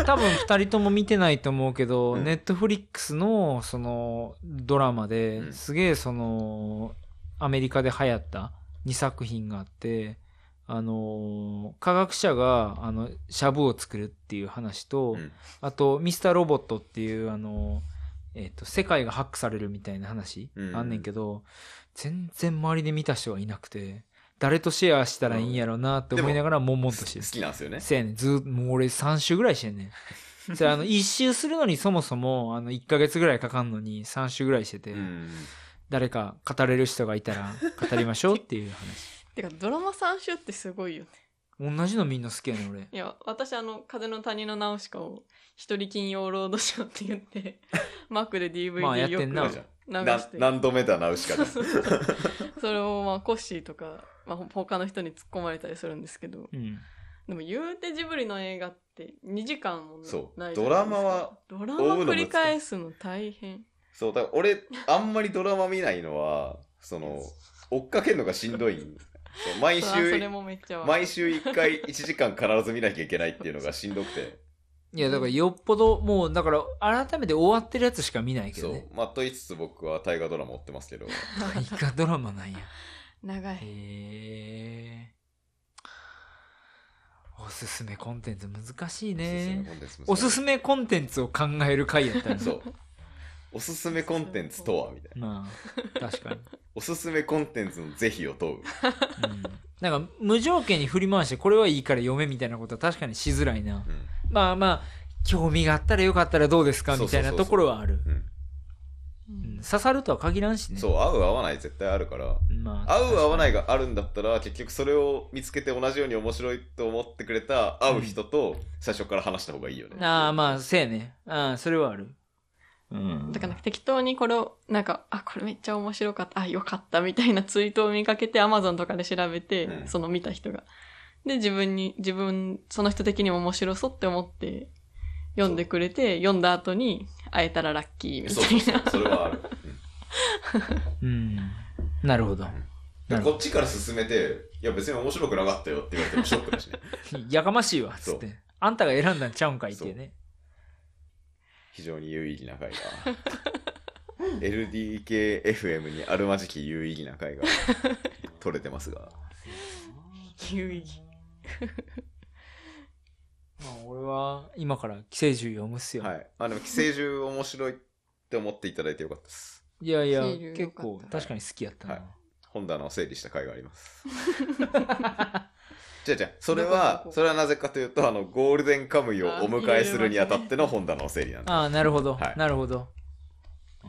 あ、 多分2人とも見てないと思うけど、うんネットフリックスの、その、ドラマで、うんすげえ、その、アメリカで流行った2作品があって、あのー科学者が、あの、シャブを作るっていう話と、うんあと、ミスターロボットっていう、あのーえっ、と、世界がハックされるみたいな話、うんあんねんけど、全然周りで見た人がいなくて、誰とシェアしたらいいんやろうなって思いながら、悶々でとすしてね。好。きなんるですよね。 せやねんずーもう俺3週ぐらいしてんねん。それあ の1周するのにそもそもあの1ヶ月ぐらいかかんのに3週ぐらいしてて、うん。誰か語れる人がいたら語りましょうっていうてかドラマ3週ってすごいよね話。 同じのみんな好きやねん俺。いや私あの「風の谷のナウシカ」を一人金曜ロードショーって言ってマックでまあや DVD ってんななよんじゃんく流なして何度目だな、牛から。それをまあコッシーとか、まあ、ほ他の人に突っ込まれたりするんですけどうん。でも言うてジブリの映画って2時間もないじゃそうないですかドラマはドラマ追うのも繰り返すの大変そう、だから俺、あんまりドラマ見ないのは、その、追っかけるのがしんどい。そう毎あそ週れ、もめっちゃわかる毎週1回1時間必ず見なきゃいけないっていうのがしんどくて。いやだからよっぽどもうだから改めて終わってるやつしか見ないけそどうね。。まあ、と言いつつ僕は大河ドラマ追ってますけど。 大河ドラマなんや。長いへー。おすすめコンテンツ難しいね。おおすすめコンテンツを考える回やったね。そう。おすすめコンテンツとはみたいな。まあ、確かに。おすすめコンテンツの是非を問う。うんなんか無条件に振り回してこれはいいから読めみたいなことは確かにしづらいうなんまあまあ興味があったらよかったらどうですかそうみそたういそうなそうところはあるうんうん刺さるとは限らんしねそう、合う合わない絶対あるから。まあ合う合わないががあるんだったら結局それを見つけて同じように面白いと思ってくれた合う人と最初から話した方がいいよね。ああまあせやねああそれはあるうんだから適当にこれをなんかあこれめっちゃ面白かったあよかったみたいなツイートを見かけてアマゾンとかで調べて、うんその見た人がで、自分に、自分、その人的にも面白そうって思って、読んでくれて、読んだ後に、会えたらラッキーみそうそうたそいうそれな。はある、うんうん。なるほど。なでるこほっちから進めて、いや別に面白くなかったよって言われてもショックだしね。ど。やかましいわ、つって。あんたが選んだんちゃうんかいっていうね。 非常に有意義な回 が。LDKFM にあるまじき有意義な回が 取れてますが。有意義。まあ、俺は今から寄生獣読むっすよ。はい。あ、でも寄生獣面白いって思っていただいてよかったです。い、やいや、寄生獣結よかった構確かに好きやったな。はい本棚を整理した回があり ます。じゃじゃそれどこどはこ、それはなぜかというと、あの、ゴールデンカムイをお迎えするにあたっての本棚の整理なんで。ああ、なるほど、はいなるほど。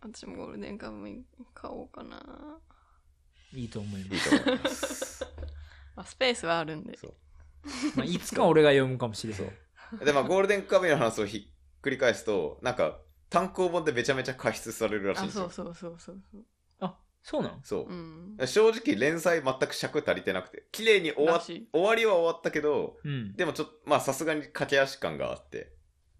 私もゴールデンカムイ買おうかな。いいと思いまいいす。と思います。まあ、スペースはあるんで。そう。まあ、いつか俺が読むかもしれなそ。いうでまあゴールデンカムイの話をひっくり返すとなんか単行本でめちゃめちゃ加筆されるらしいんあ、ですそうよそうそうそうそう。あ、そうなんそううん。正直連載全く尺足りてなくて綺麗に終わらしい終わりは終わったけどうん。でもちょっとまあさすがに駆け足感があって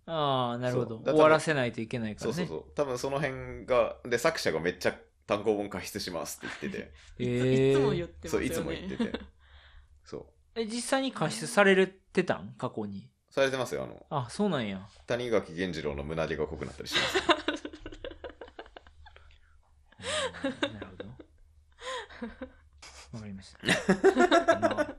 ああ、なるほど。そうだから終わらせないといけないからそうね。そうそう多分その辺がで作者がめっちゃ単行本加筆しますって言 っていつえいつもー言っ、ててますそうよね。いつも言っててそうえ実際に加筆されてたん過去に。されてますよあのあ、そうなんや。谷垣源次郎の胸毛が濃くなったりしてますうんなるほど。わかりました。 まあ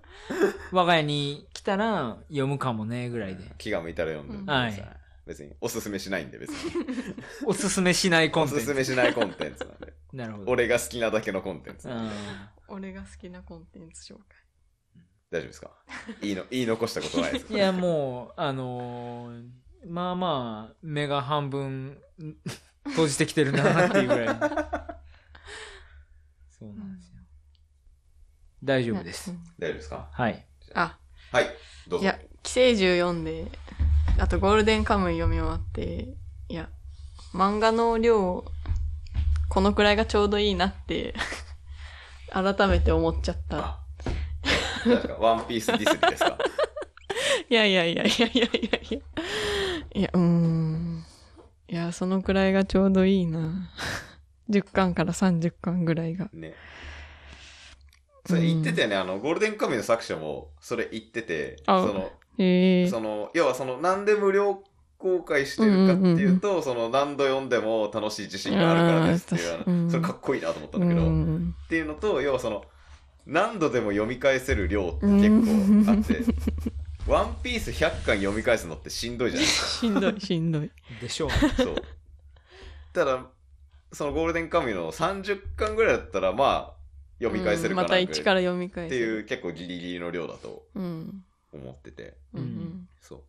我が家に来たら読むかもねぐらいで。気が向いたら読んでみてくださいは別におすすめしないんで別におすすめしないコおンテンすツ。すめしないコンテンツなんでなるほど。俺が好きなだけのコンテンツ。う大ん。俺が好きなコンテンツ紹介。丈夫ですか言いの言い残したことないですかいや、もう、あのーまあまあ、目が半分ん閉じてきてるなっていうぐらい。そうなんですよ。大丈夫ですう。ん大丈夫ですかはい。あ、はい、どういぞや。、寄生獣読んで、あとゴールデンカムイ読み終わって、いや、漫画の量、このくらいがちょうどいいなって、 改めて思っちゃった。あ大丈夫ですかワンピースディスリですか いやいやいやいやいやいやいや。いや、うーん。いや、そのくらいがちょうどいいな。10巻から30巻ぐらいが。ね。それ言ってたよね、あの、ゴールデンカムイの作者も、それ言ってて、そあの、へえその、要はその、なんで無料公開してるかっていうと、その、何度読んでも楽しい自信があるからですっていうあー確あかにうの、んそれかっこいいなと思ったんうだけど、ん。っていうのと要はその何度でも読み返せる量って結構あって 「ワンピース100巻読み返すのってしんどいじゃないですしんどい、しんどい。でしょう。 か。そうただそのゴールデンカムイの30巻ぐらいだったらまあ 読み返せるかなうんまぐらたいっ一から読み返てせいうる。結構ギリギリの量だとうん。思っててうんうん。そう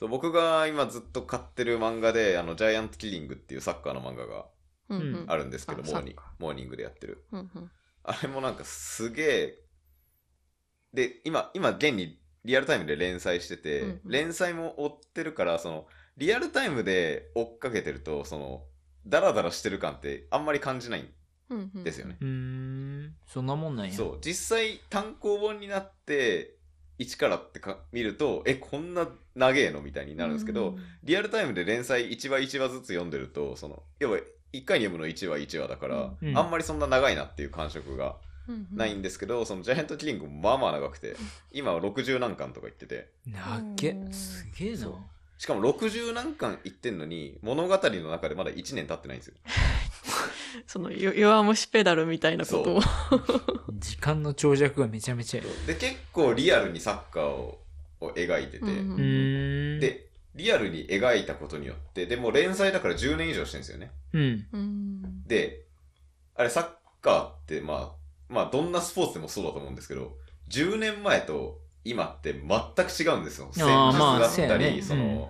そう僕が今ずっと買ってる漫画で「あのジャイアントキリング」っていうサッカーの漫画がうんうんうんあるんですけど、あモーニンサッグカモーニングでやってるうんうんあれもなんかすげえ。で、今、今現にリアルタイムで連載してて、うんうん連載も追ってるから、その、リアルタイムで追っかけてると、その、ダラダラしてる感ってあんまり感じないんうんうんですよね。うーん。そんなもんなんや。そう、実際単行本になって、一からってか見ると、え、こんな長えのみたいになるんですけど、リアルタイムで連載1話1話ずつ読んでると、その、要は1回に読むの1話1話だから、うんあんまりそんな長いなっていう感触がうんうんないんですけど、そのジャイアントキリングもまあまあ長くて、今は60何巻とか言ってて、なっけう。んすげえなそう。しかも60何巻言ってんのに、物語の中でまだ1年経ってないんですよ。そのよ弱虫ペダルみたいなことを。時間の長尺がめちゃめちゃや。で、結構リアルにサッカーをを描いてて、うんうーん。、で、リアルに描いたことによって、でもう連載だから10年以上してるんですよね。うん。うんで、あれサッカーってまあ、まあどんなスポーツでもそうだと思うんですけど、10年前と今って全く違うんですよ。戦術あーまあだったそうやり、ねその、うんっ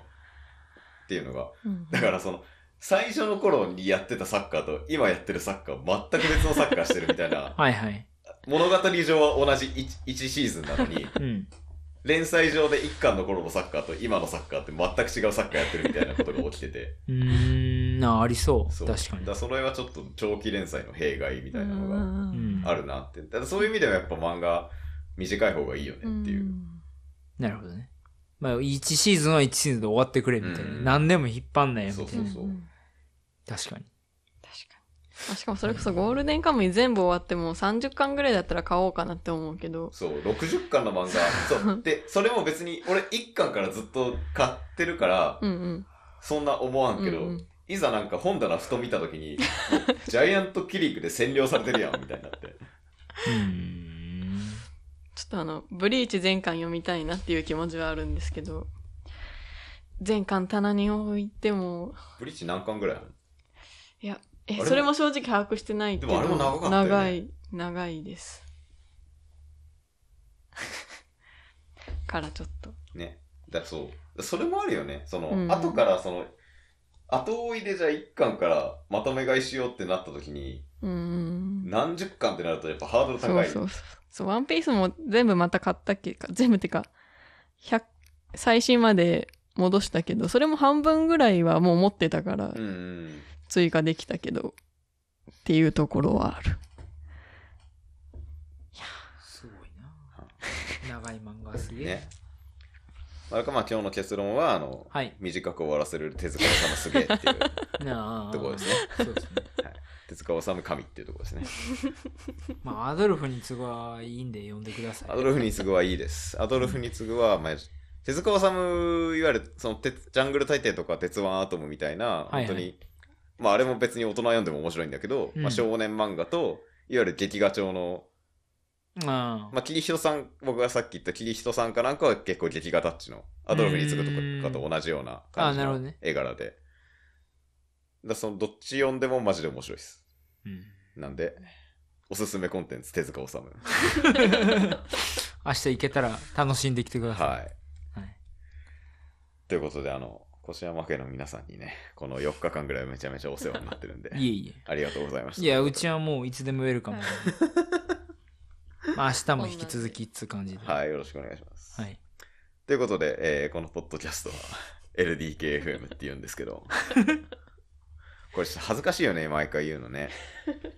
ていうのが。うんだからその、最初の頃にやってたサッカーと今やってるサッカーは全く別のサッカーしてるみたい な、はいはい。物語上は同じ 1, シーズンなのに、うん。連載上で1巻の頃のサッカーと今のサッカーって全く違うサッカーやってるみたいなことが起きてて、うーん。なあ、りそう。そう確かにだ。らその辺はちょっと長期連載の弊害みたいなのがうんあるなって。ただそういう意味ではやっぱ漫画短い方がいいよねっていう。なるほどね。まあ、1シーズンは1シーズンで終わってくれみたいな。うん何年も引っ張んないよみたいな。そうそうん確かに。確かに。あしかもそれこそゴールデンカムイ全部終わってもう30巻ぐらいだったら買おうかなって思うけど。そう、60巻の漫画。 そう。で、それも別に、俺1巻からずっと買ってるから、うんうん。そんな思わんけど、うんうんいざなんか本棚ふと見た時に、 もうジャイアントキリングで占領されてるやん、みたいになって。うーん。ちょっとあの、ブリーチ全巻読みたいなっていう気持ちはあるんですけど、全巻棚に置いても、ブリッジ何巻ぐらいあるえ、れもそれも正直把握してないけど、でもあれも長かったよね長い、長いです。からちょっと。ね。だからそう。それもあるよね。その、うん後からその、後追いでじゃあ1巻からまとめ買いしようってなった時に、うんうん何十巻ってなるとやっぱハードルうん。そ高うい。そうそう。そう、ワンピースも全部また買ったっけか、全部ってか、100、最新まで戻したけど、それも半分ぐらいはもう持ってたからう、んうん。追加できたけど、っていうところはある。すごいな。長い漫画すげえ。ね。あれかまあ今日の結論は、あの、はい。短く終わらせる手塚治虫すげえって いうなあ。ところですね。そうですね。手塚治虫神っていうところですね。まあ、アドルフに都合はいいんで呼んでください。アドルフに次はいいです。アドルフに次は、まあ、手塚治虫、いわゆるその鉄ジャングル大帝とか鉄腕アトムみたいな、はいは本い当に、まああれも別に大人読んでも面白いんだけど、うんまあ、少年漫画と、いわゆる劇画調の、あまあ、キリヒトさん、僕がさっき言ったキリヒトさんかなんかは結構劇画タッチの、アドルフに次ぐとかと同じような感じあなるほのどね絵柄で。だそのどっち読んでもマジで面白いです。うん。なんで、おすすめコンテンツ、手塚治 虫。明日行けたら楽しんできてください。はい。はい、ということで、あの、越山家の皆さんにね、この4日間ぐらいめちゃめちゃお世話になってるんでいえいありがとうございましえ。た。いや、うちはもういつでもウェルカムなんで。まあ、明日も引き続きっつう感じで。はい、よろしくお願いします。はい。ということで、えーこのポッドキャストは LDKFM って言うんですけ ど、これちょっと恥ずかしいよね、毎回言うのね。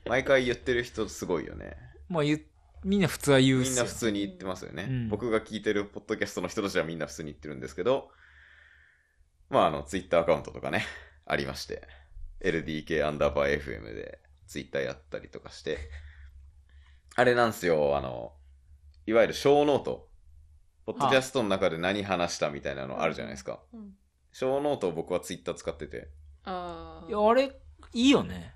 毎回言ってる人すごいよね。まあ、ゆみんな普通は言うっみんすなよ普。通に言ってますよね。うん僕が聞いてるポッドキャストの人たちはみんな普通に言ってるんですけど、まあ、あの、ツイッターアカウントとかね、ありまして、LDK アンダーバー FM でツイッターやったりとかして、あれなんですよ、あの、いわゆる小ノート。ポッドキャストの中で何話したみたいなのあるじゃないですか。うん小ノートを僕はツイッター使ってて、あいや、あれ、いいよね。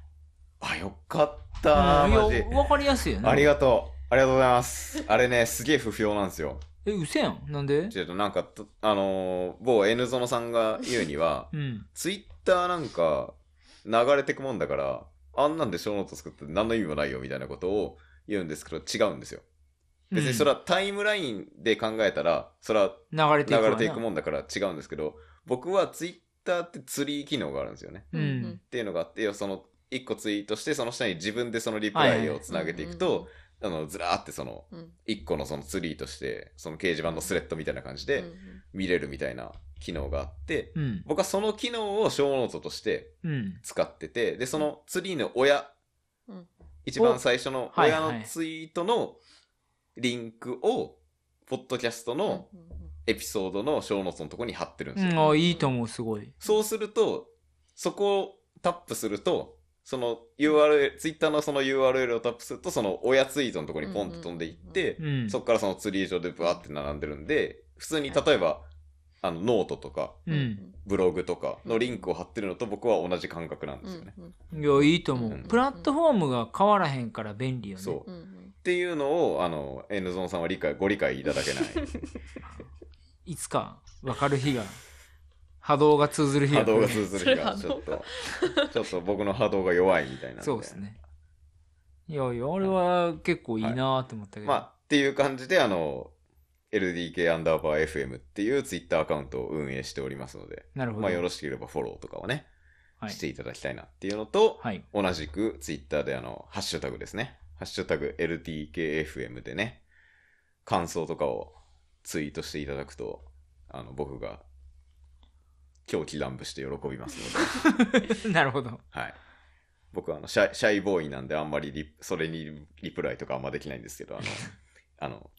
あ、よかっうんた、いマジや、。わかりやすいよね。ありがとう。ありがとうございます。あれね、すげえ不評なんですよ。え、うせやん。なんで、ちょっとなんかと、あのー某 N ゾノさんが言うには うん。ツイッターなんか流れてくもんだから、あんなんで小ノート作って何の意味もないよみたいなことを言うんですけど、違うんですよ。別にそれはタイムラインで考えたら、それはうん流れて流いくわなれていくもんだから違うんですけど、僕はツイッターってツリー機能があるんですよね。ーうん。っていうのがあって、要はその1個ツイートして、その下に自分でそのリプライをつなげていくと、、あのずらーってそのうんうん1個のそのツリーとして、その掲示板のスレッドみたいな感じで、うんうん見れるみたいな機能があって、うん。僕はその機能を小ノートとしてうん。使ってて、で、そのツリーの親、うん一番最初のおはい親のツイートのリンクを、ポッドキャストのうんうんエピソードの小ノートのとこに貼ってるんうですよ。ん、あいいと思う、すごい。そうすると、そこをタップすると、その URL、ツイッターのその URL をタップすると、その親ツイートのとこにポンと飛んでいって、うん。そこからそのツリー上でブワーって並んでるんで、普通に例えば、あの、ノートとか、ううんん。ブログとかのリンクを貼ってるのと僕は同じ感覚なんですよね。うんいや、いいと思うう。んプラットフォームが変わらへんから便利よね。そうう。んっうんていうのを、あの、N ゾンさんは理解、ご理解いただけない。いつか分かる日が、波動が通ずる 日波が来動る。が通ずる日が、ちそょっれ波動と、ちょっと僕の波動が弱いみたいなんで。そうです。ね。いやいや、あれは結構いいなと思ったけど。まあ、っていう感じで、あの、LDK アンダーバー FM っていうツイッターアカウントを運営しておりますので、なるほど。まあよろしければフォローとかをね、はいしていただきたいなっていうのと、はい。 同じくツイッターであの、ハッシュタグですね。ハッシュタグ LTKFM でね、感想とかをツイートしていただくと、あの、僕が狂気乱舞して喜びますので、なるほど。はい。僕はあのシャイ、シャイボーイなんであんまりリそれにリプライとかあんまできないんですけど、あの、あの、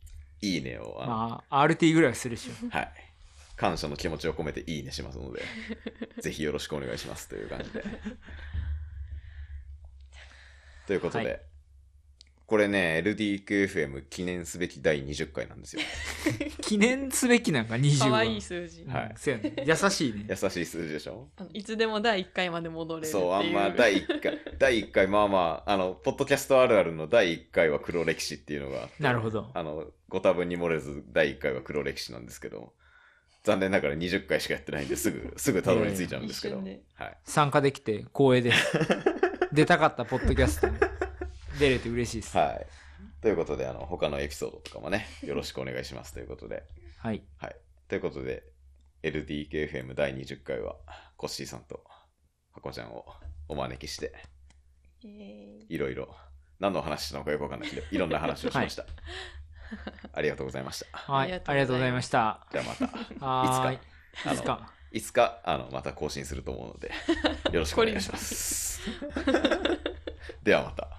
いいねを、あのまあ、RT ぐらいはするでしょ。はい。感謝の気持ちを込めていいねします ので、ぜひよろしくお願いしますという感じで。ということで、はいこれね、LDQFM 記念すべき第20回なん ですよ。記念すべきなんか20は。かわいい数字うん。はいそうやね。優しいね 優。しい数字でしょあのいつでも第1回まで戻れるっていう。そう、あんま第1回、 第1回、まあまあ、あの、ポッドキャストあるあるの第1回は黒歴史っていうのが、なるほど。あの、ご多分に漏れず第1回は黒歴史なんですけど、残念ながら20回しかやってないんですぐ、すぐたどり着いちゃうんですけど、いやいや一はい。参加できて光 栄です。出たかったポッドキャストに出れて嬉しいです。はい。ということで、あの、他のエピソードとかもね、よろしくお願いしますということで。はい。ということで、LDKFM 第20回は、コッシーさんと、ハコちゃんをお招きして、イエーイいろいろ、何の話したのかよくわかんないけど、いろんな話をしました。ありがとうございました。はい。あありがとうございますりがとうございました。じゃあまた、はーい。あの いつか。いつか、あの、また更新すると思うの で、よろしくお願いします。ではまた。